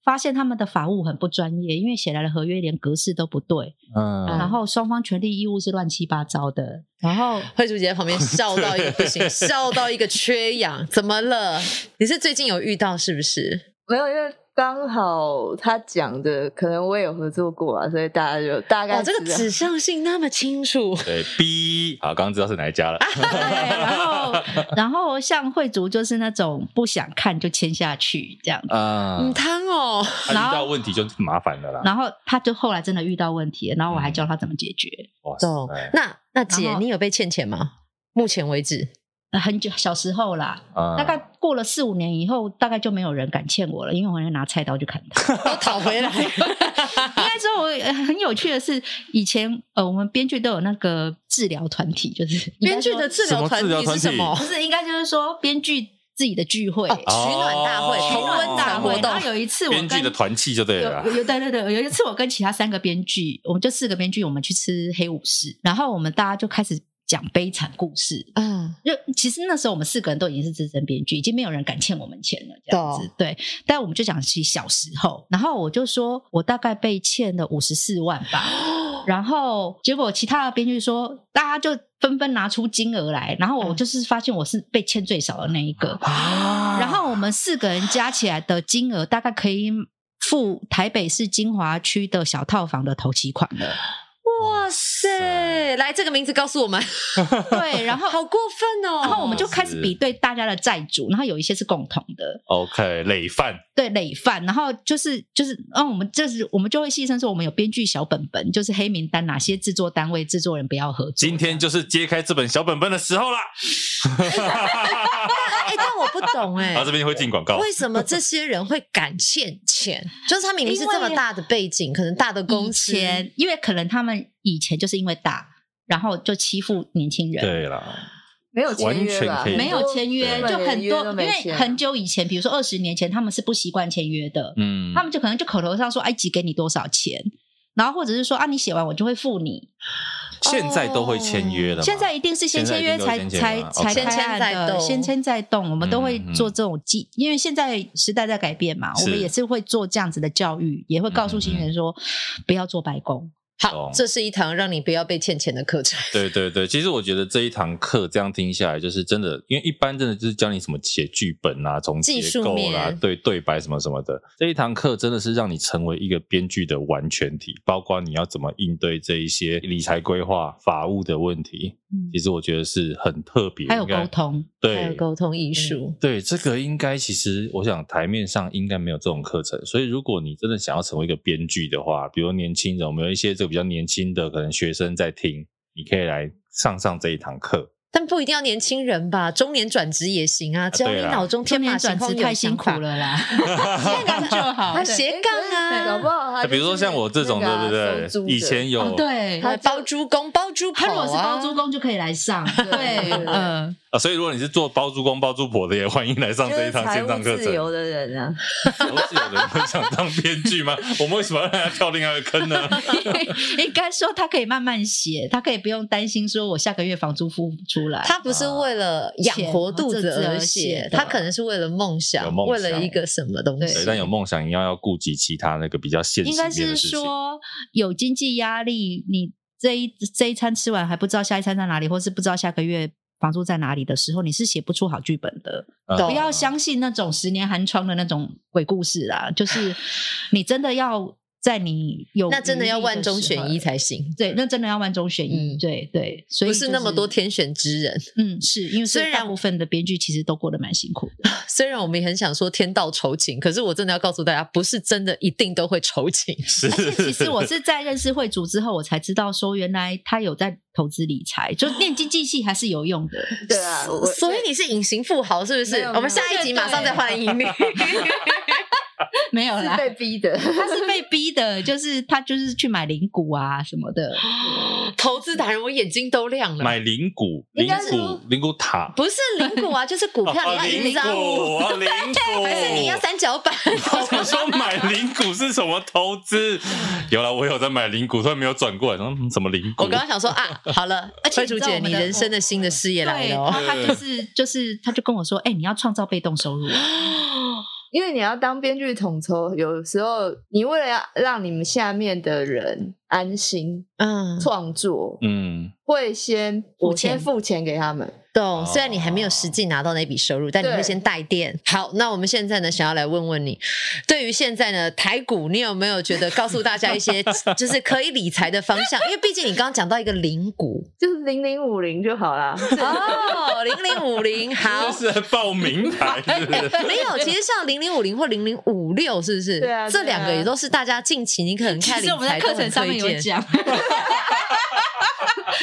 Speaker 5: 发现他们的法务很不专业，因为写来的合约连格式都不对，然
Speaker 1: 嗯，
Speaker 5: 后双方权利义务是乱七八糟的，然后。
Speaker 6: 慧竹姐在旁边笑到一个不 行，笑到一个缺氧。怎么了？你是最近有遇到是不是？
Speaker 2: 没有，因为刚好他讲的，可能我也有合作过啊，所以大家就大概
Speaker 6: 哦哇，这个
Speaker 2: 知道
Speaker 6: 指向性那么清楚，
Speaker 1: 对，B，好，刚刚知道是哪一家了。
Speaker 5: 对，然后，然后像慧竹就是那种不想看就签下去这样子，
Speaker 1: 啊
Speaker 6: 嗯，汤哦，
Speaker 1: 他
Speaker 5: 然
Speaker 1: 遇
Speaker 5: 后
Speaker 1: 到问题就麻烦了啦。
Speaker 5: 然后他就后来真的遇到问题了，然后我还教他怎么解决，
Speaker 1: 哇塞哎
Speaker 6: 懂。那那姐
Speaker 5: 然，后
Speaker 6: 你有被欠钱吗？目前为止，
Speaker 5: 呃很久小时候啦，
Speaker 1: 啊
Speaker 5: 大概过了四五年以后，大概就没有人敢欠我了，因为我会拿菜刀去砍 他。
Speaker 6: 都讨回来。
Speaker 5: 应该说我，呃很有趣的是，以前呃，我们编剧都有那个治疗团体，就是
Speaker 6: 编剧的治疗团体是什
Speaker 1: 什么
Speaker 5: 应该说
Speaker 6: 么
Speaker 5: 不？是应该就是说编剧自己的聚会、
Speaker 6: 啊取暖大会、
Speaker 1: 哦
Speaker 6: 同温
Speaker 5: 大
Speaker 6: 层
Speaker 5: 会
Speaker 6: 活。动
Speaker 5: 然后有一次我
Speaker 1: 编
Speaker 5: 跟
Speaker 1: 剧的团啊契就对
Speaker 5: 有
Speaker 1: 了啦。
Speaker 5: 有有对对对，有一次我跟其他三个编剧，我们就四个编剧，我们去吃黑武士，然后我们大家就开始。讲悲惨故事，
Speaker 6: 嗯，
Speaker 5: 就其实那时候我们四个人都已经是资深编剧，已经没有人敢欠我们钱了，这样子
Speaker 6: 懂
Speaker 5: 对。但我们就讲起小时候，然后我就说我大概被欠了五十四万 吧，然后结果其他的编剧说大家就纷纷拿出金额来，然后我
Speaker 6: 嗯
Speaker 5: 就是发现我是被欠最少的那一个，
Speaker 6: 啊
Speaker 5: 然后我们四个人加起来的金额大概可以付台北市金华区的小套房的头期款 了，
Speaker 6: 哇塞，来这个名字告诉我们，
Speaker 5: 对，然后
Speaker 6: 好过分哦！
Speaker 5: 然后我们就开始比对大家的债主，然后有一些是共同的，
Speaker 1: OK，累犯
Speaker 5: 对累犯，然后就是就是，嗯，我们就是我们就会牺牲说我们有编剧小本本，就是黑名单哪些制作单位、制作人不要合作。
Speaker 1: 今天就是揭开这本小本本的时候啦。
Speaker 6: 哎，但我不懂 哎、
Speaker 1: 啊，这边会进广告。
Speaker 6: 为什么这些人会敢欠钱？就是他明明是这么大的背景，可能大的
Speaker 5: 以
Speaker 6: 公司，
Speaker 5: 前，因为可能他们以前就是因为大，然后就欺负年轻人。
Speaker 1: 对啦，
Speaker 2: 没有签约
Speaker 1: 完全
Speaker 2: 啦
Speaker 1: 可以
Speaker 5: 没有签约，
Speaker 1: 对
Speaker 5: 就很
Speaker 2: 约
Speaker 5: 多，
Speaker 2: 都
Speaker 5: 因
Speaker 2: 没
Speaker 5: 为
Speaker 2: 签啊
Speaker 5: 很久以前，比如说二十年前，他们是不习惯签约的，
Speaker 1: 嗯，
Speaker 5: 他们就可能就口头上说，哎，只给你多少钱，然后或者是说啊，你写完我就会付你，
Speaker 1: 现在都会签约的嘛。
Speaker 5: 哦现在一定是先签约才
Speaker 1: 现在一
Speaker 5: 才
Speaker 1: 定都
Speaker 5: 才
Speaker 1: 先签
Speaker 6: 约
Speaker 5: 开案
Speaker 6: 哦
Speaker 5: 的，先签再动，我们都会
Speaker 1: 嗯嗯
Speaker 5: 做这种记，因为现在时代在改变嘛，
Speaker 1: 是
Speaker 5: 我们也是会做这样子的教育，也会告诉新人说不要做白工。
Speaker 6: 好
Speaker 1: 懂，
Speaker 6: 这是一堂让你不要被欠钱的课程。
Speaker 1: 对对对，其实我觉得这一堂课这样听下来，就是真的，因为一般真的就是教你什么写剧本啊，从
Speaker 6: 技
Speaker 1: 结
Speaker 6: 术
Speaker 1: 构啦、
Speaker 6: 面
Speaker 1: 对对白什么什么的。这一堂课真的是让你成为一个编剧的完全体，包括你要怎么应对这一些理财规划、法务的问题。
Speaker 5: 嗯
Speaker 1: 其实我觉得是很特别，
Speaker 5: 还有
Speaker 1: 应该
Speaker 5: 沟，通，
Speaker 6: 还有
Speaker 1: 对
Speaker 6: 沟通艺术，
Speaker 1: 对，这个应该其实我想台面上应该没有这种课程，所以如果你真的想要成为一个编剧的话，比如年轻人，我们有一些这个比较年轻的可能学生在听，你可以来上上这一堂课。
Speaker 6: 但不一定要年轻人吧，中年转职也行啊。只要你
Speaker 1: 对啦
Speaker 6: 脑中
Speaker 5: 偏
Speaker 6: 天马
Speaker 5: 偏转
Speaker 6: 行空
Speaker 5: 职
Speaker 6: 有
Speaker 5: 太辛
Speaker 6: 想
Speaker 5: 苦
Speaker 6: 法，
Speaker 5: 了啦，这 样就好
Speaker 6: 啊。斜杠啊
Speaker 2: 对搞不好他就是
Speaker 1: 比如说像我这种，
Speaker 2: 那个啊
Speaker 1: 对
Speaker 2: 收
Speaker 1: 不
Speaker 2: 租
Speaker 1: 对？
Speaker 2: 的
Speaker 1: 以前有、
Speaker 5: 哦，对，
Speaker 6: 还有包租公、包租
Speaker 5: 他
Speaker 6: 婆、啊，
Speaker 5: 如果是包租公就可以来上，对，
Speaker 2: 对对对
Speaker 5: 嗯，
Speaker 1: 啊，所以如果你是做包租公、包租婆的，也欢迎来上
Speaker 2: 就
Speaker 1: 这一
Speaker 2: 是
Speaker 1: 堂
Speaker 2: 财
Speaker 1: 线上
Speaker 2: 务
Speaker 1: 课程。
Speaker 2: 自由的人 啊，
Speaker 1: 都是有人会想当编剧吗？我们为什么要让他跳另外一个坑 呢？
Speaker 5: 应该说他可以慢慢写，他可以不用担心说我下个月房租付不出来。
Speaker 6: 他不是为了养活肚子
Speaker 5: 钱
Speaker 6: 而
Speaker 5: 哦
Speaker 6: 写
Speaker 5: 这这而写，
Speaker 6: 他可能是为了梦
Speaker 1: 有
Speaker 6: 想，
Speaker 1: 梦想
Speaker 6: 为了一个什么东
Speaker 1: 对，
Speaker 6: 西
Speaker 5: 对。
Speaker 1: 但有梦想，要要顾及其他那个比较现实
Speaker 5: 应
Speaker 1: 面
Speaker 5: 该
Speaker 1: 的事情。
Speaker 5: 是说有经济压力，你这一这一餐吃完还不知道下一餐在哪里，或是不知道下个月房租在哪里的时候，你是写不出好剧本的。
Speaker 1: 嗯
Speaker 5: 不
Speaker 6: 啊
Speaker 5: 要相信那种十年寒窗的那种鬼故事啦， 就是你真的要在你有
Speaker 6: 那真的要万中选一
Speaker 5: 才
Speaker 6: 才行，
Speaker 5: 对，那真的要万中选一，
Speaker 6: 嗯
Speaker 5: 对对，所以、
Speaker 6: 不是那么多，天选之人。
Speaker 5: 嗯，是因为
Speaker 6: 虽
Speaker 5: 虽
Speaker 6: 然
Speaker 5: 然部分的编剧其实都过得蛮辛苦的，
Speaker 6: 虽然我们也很想说天道酬勤，可是我真的要告诉大家，不是真的一定都会 酬勤。
Speaker 1: 是，
Speaker 5: 而且其实我是在认识惠主之后，我才知道说原来他有在投资理财，就念经济系还是有用的。
Speaker 2: 对啊，我
Speaker 6: 所以你是隐形富豪是不
Speaker 2: 没
Speaker 6: 是？
Speaker 2: 有
Speaker 6: 我们下一集马上再 欢迎你。
Speaker 5: 没有
Speaker 2: 是
Speaker 5: 啦，
Speaker 2: 被逼的，
Speaker 5: 他是被逼的，就是他就是去买灵股啊什么 的。
Speaker 6: 投资达人，我眼睛都亮了。
Speaker 1: 买灵骨、
Speaker 2: 应
Speaker 1: 灵
Speaker 2: 该是
Speaker 1: 骨、灵骨塔，
Speaker 6: 不是零股 啊，就是股
Speaker 1: 哦，
Speaker 6: 票，你要
Speaker 1: 零
Speaker 6: 一
Speaker 1: 股
Speaker 6: 张，
Speaker 1: 哦零股，
Speaker 6: 还是 你要三角板？
Speaker 1: 我想说 买零股是什么投资？有了，我有在买零股，突然没有转过来，说嗯什么零股？
Speaker 6: 我刚刚想说 啊，好了，
Speaker 5: 而且
Speaker 6: 慧
Speaker 5: 你知
Speaker 6: 竹
Speaker 5: 道
Speaker 6: 姐，
Speaker 5: 我们
Speaker 6: 你
Speaker 5: 的
Speaker 6: 人生的新的事业来
Speaker 5: 对，
Speaker 6: 了
Speaker 5: 然
Speaker 6: 哦。
Speaker 5: 后他就是就是他就跟我说，哎、你要创造被动收入，
Speaker 2: 因为你要当编剧统筹，有时候你为了要让你们下面的人安心
Speaker 6: 嗯，
Speaker 2: 创作，
Speaker 1: 嗯，
Speaker 2: 会先
Speaker 5: 付
Speaker 2: 我
Speaker 5: 钱
Speaker 2: 先付钱给他们，
Speaker 6: 懂。虽然你还没有实际拿到那笔收入，但你会
Speaker 2: 对
Speaker 6: 先带电。好，那我们现在呢，想要来问问你，对于现在呢台股，你有没有觉得告诉大家一些 就是可以理财的方向？因为毕竟你刚刚讲到一个零股
Speaker 2: 就是零零五零就好 啦。
Speaker 6: 哦， 零零五零好
Speaker 1: 这。是在报 名牌，是不是？
Speaker 6: 没有，其实像零零五零或零零五六，是不是？
Speaker 2: 对啊对啊
Speaker 6: 这两个也都是大家近期你可能 看
Speaker 5: 其
Speaker 6: 理
Speaker 5: 实我们在
Speaker 6: 财都
Speaker 5: 课
Speaker 6: 很
Speaker 5: 程上面
Speaker 6: 推
Speaker 5: 有
Speaker 6: 荐。
Speaker 5: 讲。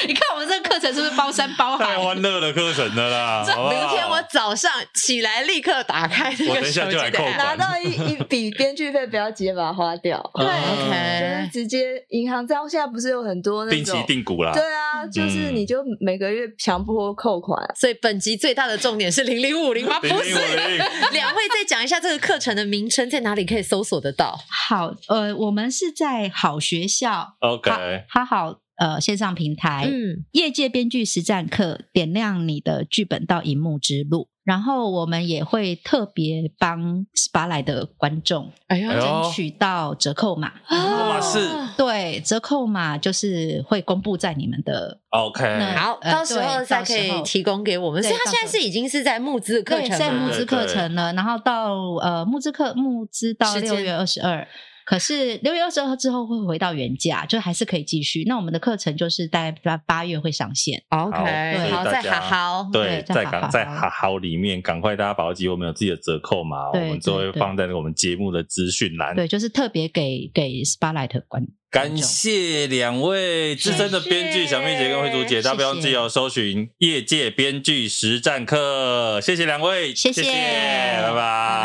Speaker 5: 你看我们这个课 程是不是包山包海
Speaker 1: 太？欢乐的课程了啦！好不好
Speaker 6: 明天我早上起来立刻打开那
Speaker 1: 哦我
Speaker 6: 个
Speaker 1: 等一下
Speaker 6: 手机
Speaker 1: 就来扣
Speaker 6: 的 app
Speaker 2: 拿到一一笔编剧费，不要直接把它花 掉，
Speaker 1: 对
Speaker 2: 就是
Speaker 6: ，OK，
Speaker 2: 直接银行账户现在不是有很多那
Speaker 1: 定嗯期
Speaker 2: 种。
Speaker 1: 定股啦。
Speaker 2: 对啊，就是你就每个月强迫扣款，啊
Speaker 6: 所以本集最大的重点是零零五零吗？不
Speaker 1: 零零
Speaker 6: 是
Speaker 1: 五，零，
Speaker 6: 两位再讲一下这个课程的名称，在哪里可以搜索得到？
Speaker 5: 好，呃，我们是在好学校
Speaker 6: 啊
Speaker 1: OK
Speaker 5: 哈哈好呃线上平台，
Speaker 6: 嗯，
Speaker 5: 业界编剧实战课，点亮你的剧本到荧幕之路。然后我们也会特别帮 SPA 来的观众
Speaker 1: 哎
Speaker 6: 哎呀
Speaker 1: 呦，啊
Speaker 5: 争取到折扣码。
Speaker 1: 码是
Speaker 5: 对，折扣码就是会公布在你们的
Speaker 1: OK，
Speaker 5: 那
Speaker 6: 好，
Speaker 5: 呃
Speaker 6: 到时候
Speaker 5: 对
Speaker 6: 再
Speaker 5: 到
Speaker 6: 可
Speaker 5: 时
Speaker 6: 以
Speaker 5: 候
Speaker 6: 提供给我们。
Speaker 5: 对
Speaker 6: 所以他
Speaker 5: 到
Speaker 6: 现
Speaker 5: 时
Speaker 6: 在
Speaker 5: 候
Speaker 6: 是已经是在募资的课
Speaker 5: 对，
Speaker 6: 程啊
Speaker 5: 在
Speaker 6: 吗
Speaker 5: 募
Speaker 1: 对对
Speaker 5: 资课
Speaker 1: 对
Speaker 5: 程了，然后到呃募资课募资到
Speaker 6: 时间
Speaker 5: 六月二十二。可是六月二十二之后会回到原价，就还是可以继续。那我们的课程就是在八八月会上线。
Speaker 1: 所
Speaker 6: ？OK，
Speaker 1: 以
Speaker 6: 好，
Speaker 1: 大
Speaker 6: 再
Speaker 1: 家
Speaker 6: 好好。
Speaker 1: 对，
Speaker 5: 对
Speaker 1: 在
Speaker 5: 在哈
Speaker 1: 赶
Speaker 5: 好
Speaker 1: 在好好里面，赶快大家把握机会，我们有自己的折扣码，我
Speaker 5: 对
Speaker 1: 们就会
Speaker 5: 对对
Speaker 1: 放在我们节目的资讯栏。
Speaker 5: 对，就是特别给给 Spotlight 关。
Speaker 1: 嗯感谢两位资深的编剧
Speaker 6: 谢谢
Speaker 1: 小蜜姐跟慧竹姐，大家不要忘记哦，搜寻业界编剧实战课，谢谢两位，
Speaker 5: 谢谢
Speaker 1: 拜拜，
Speaker 5: 拜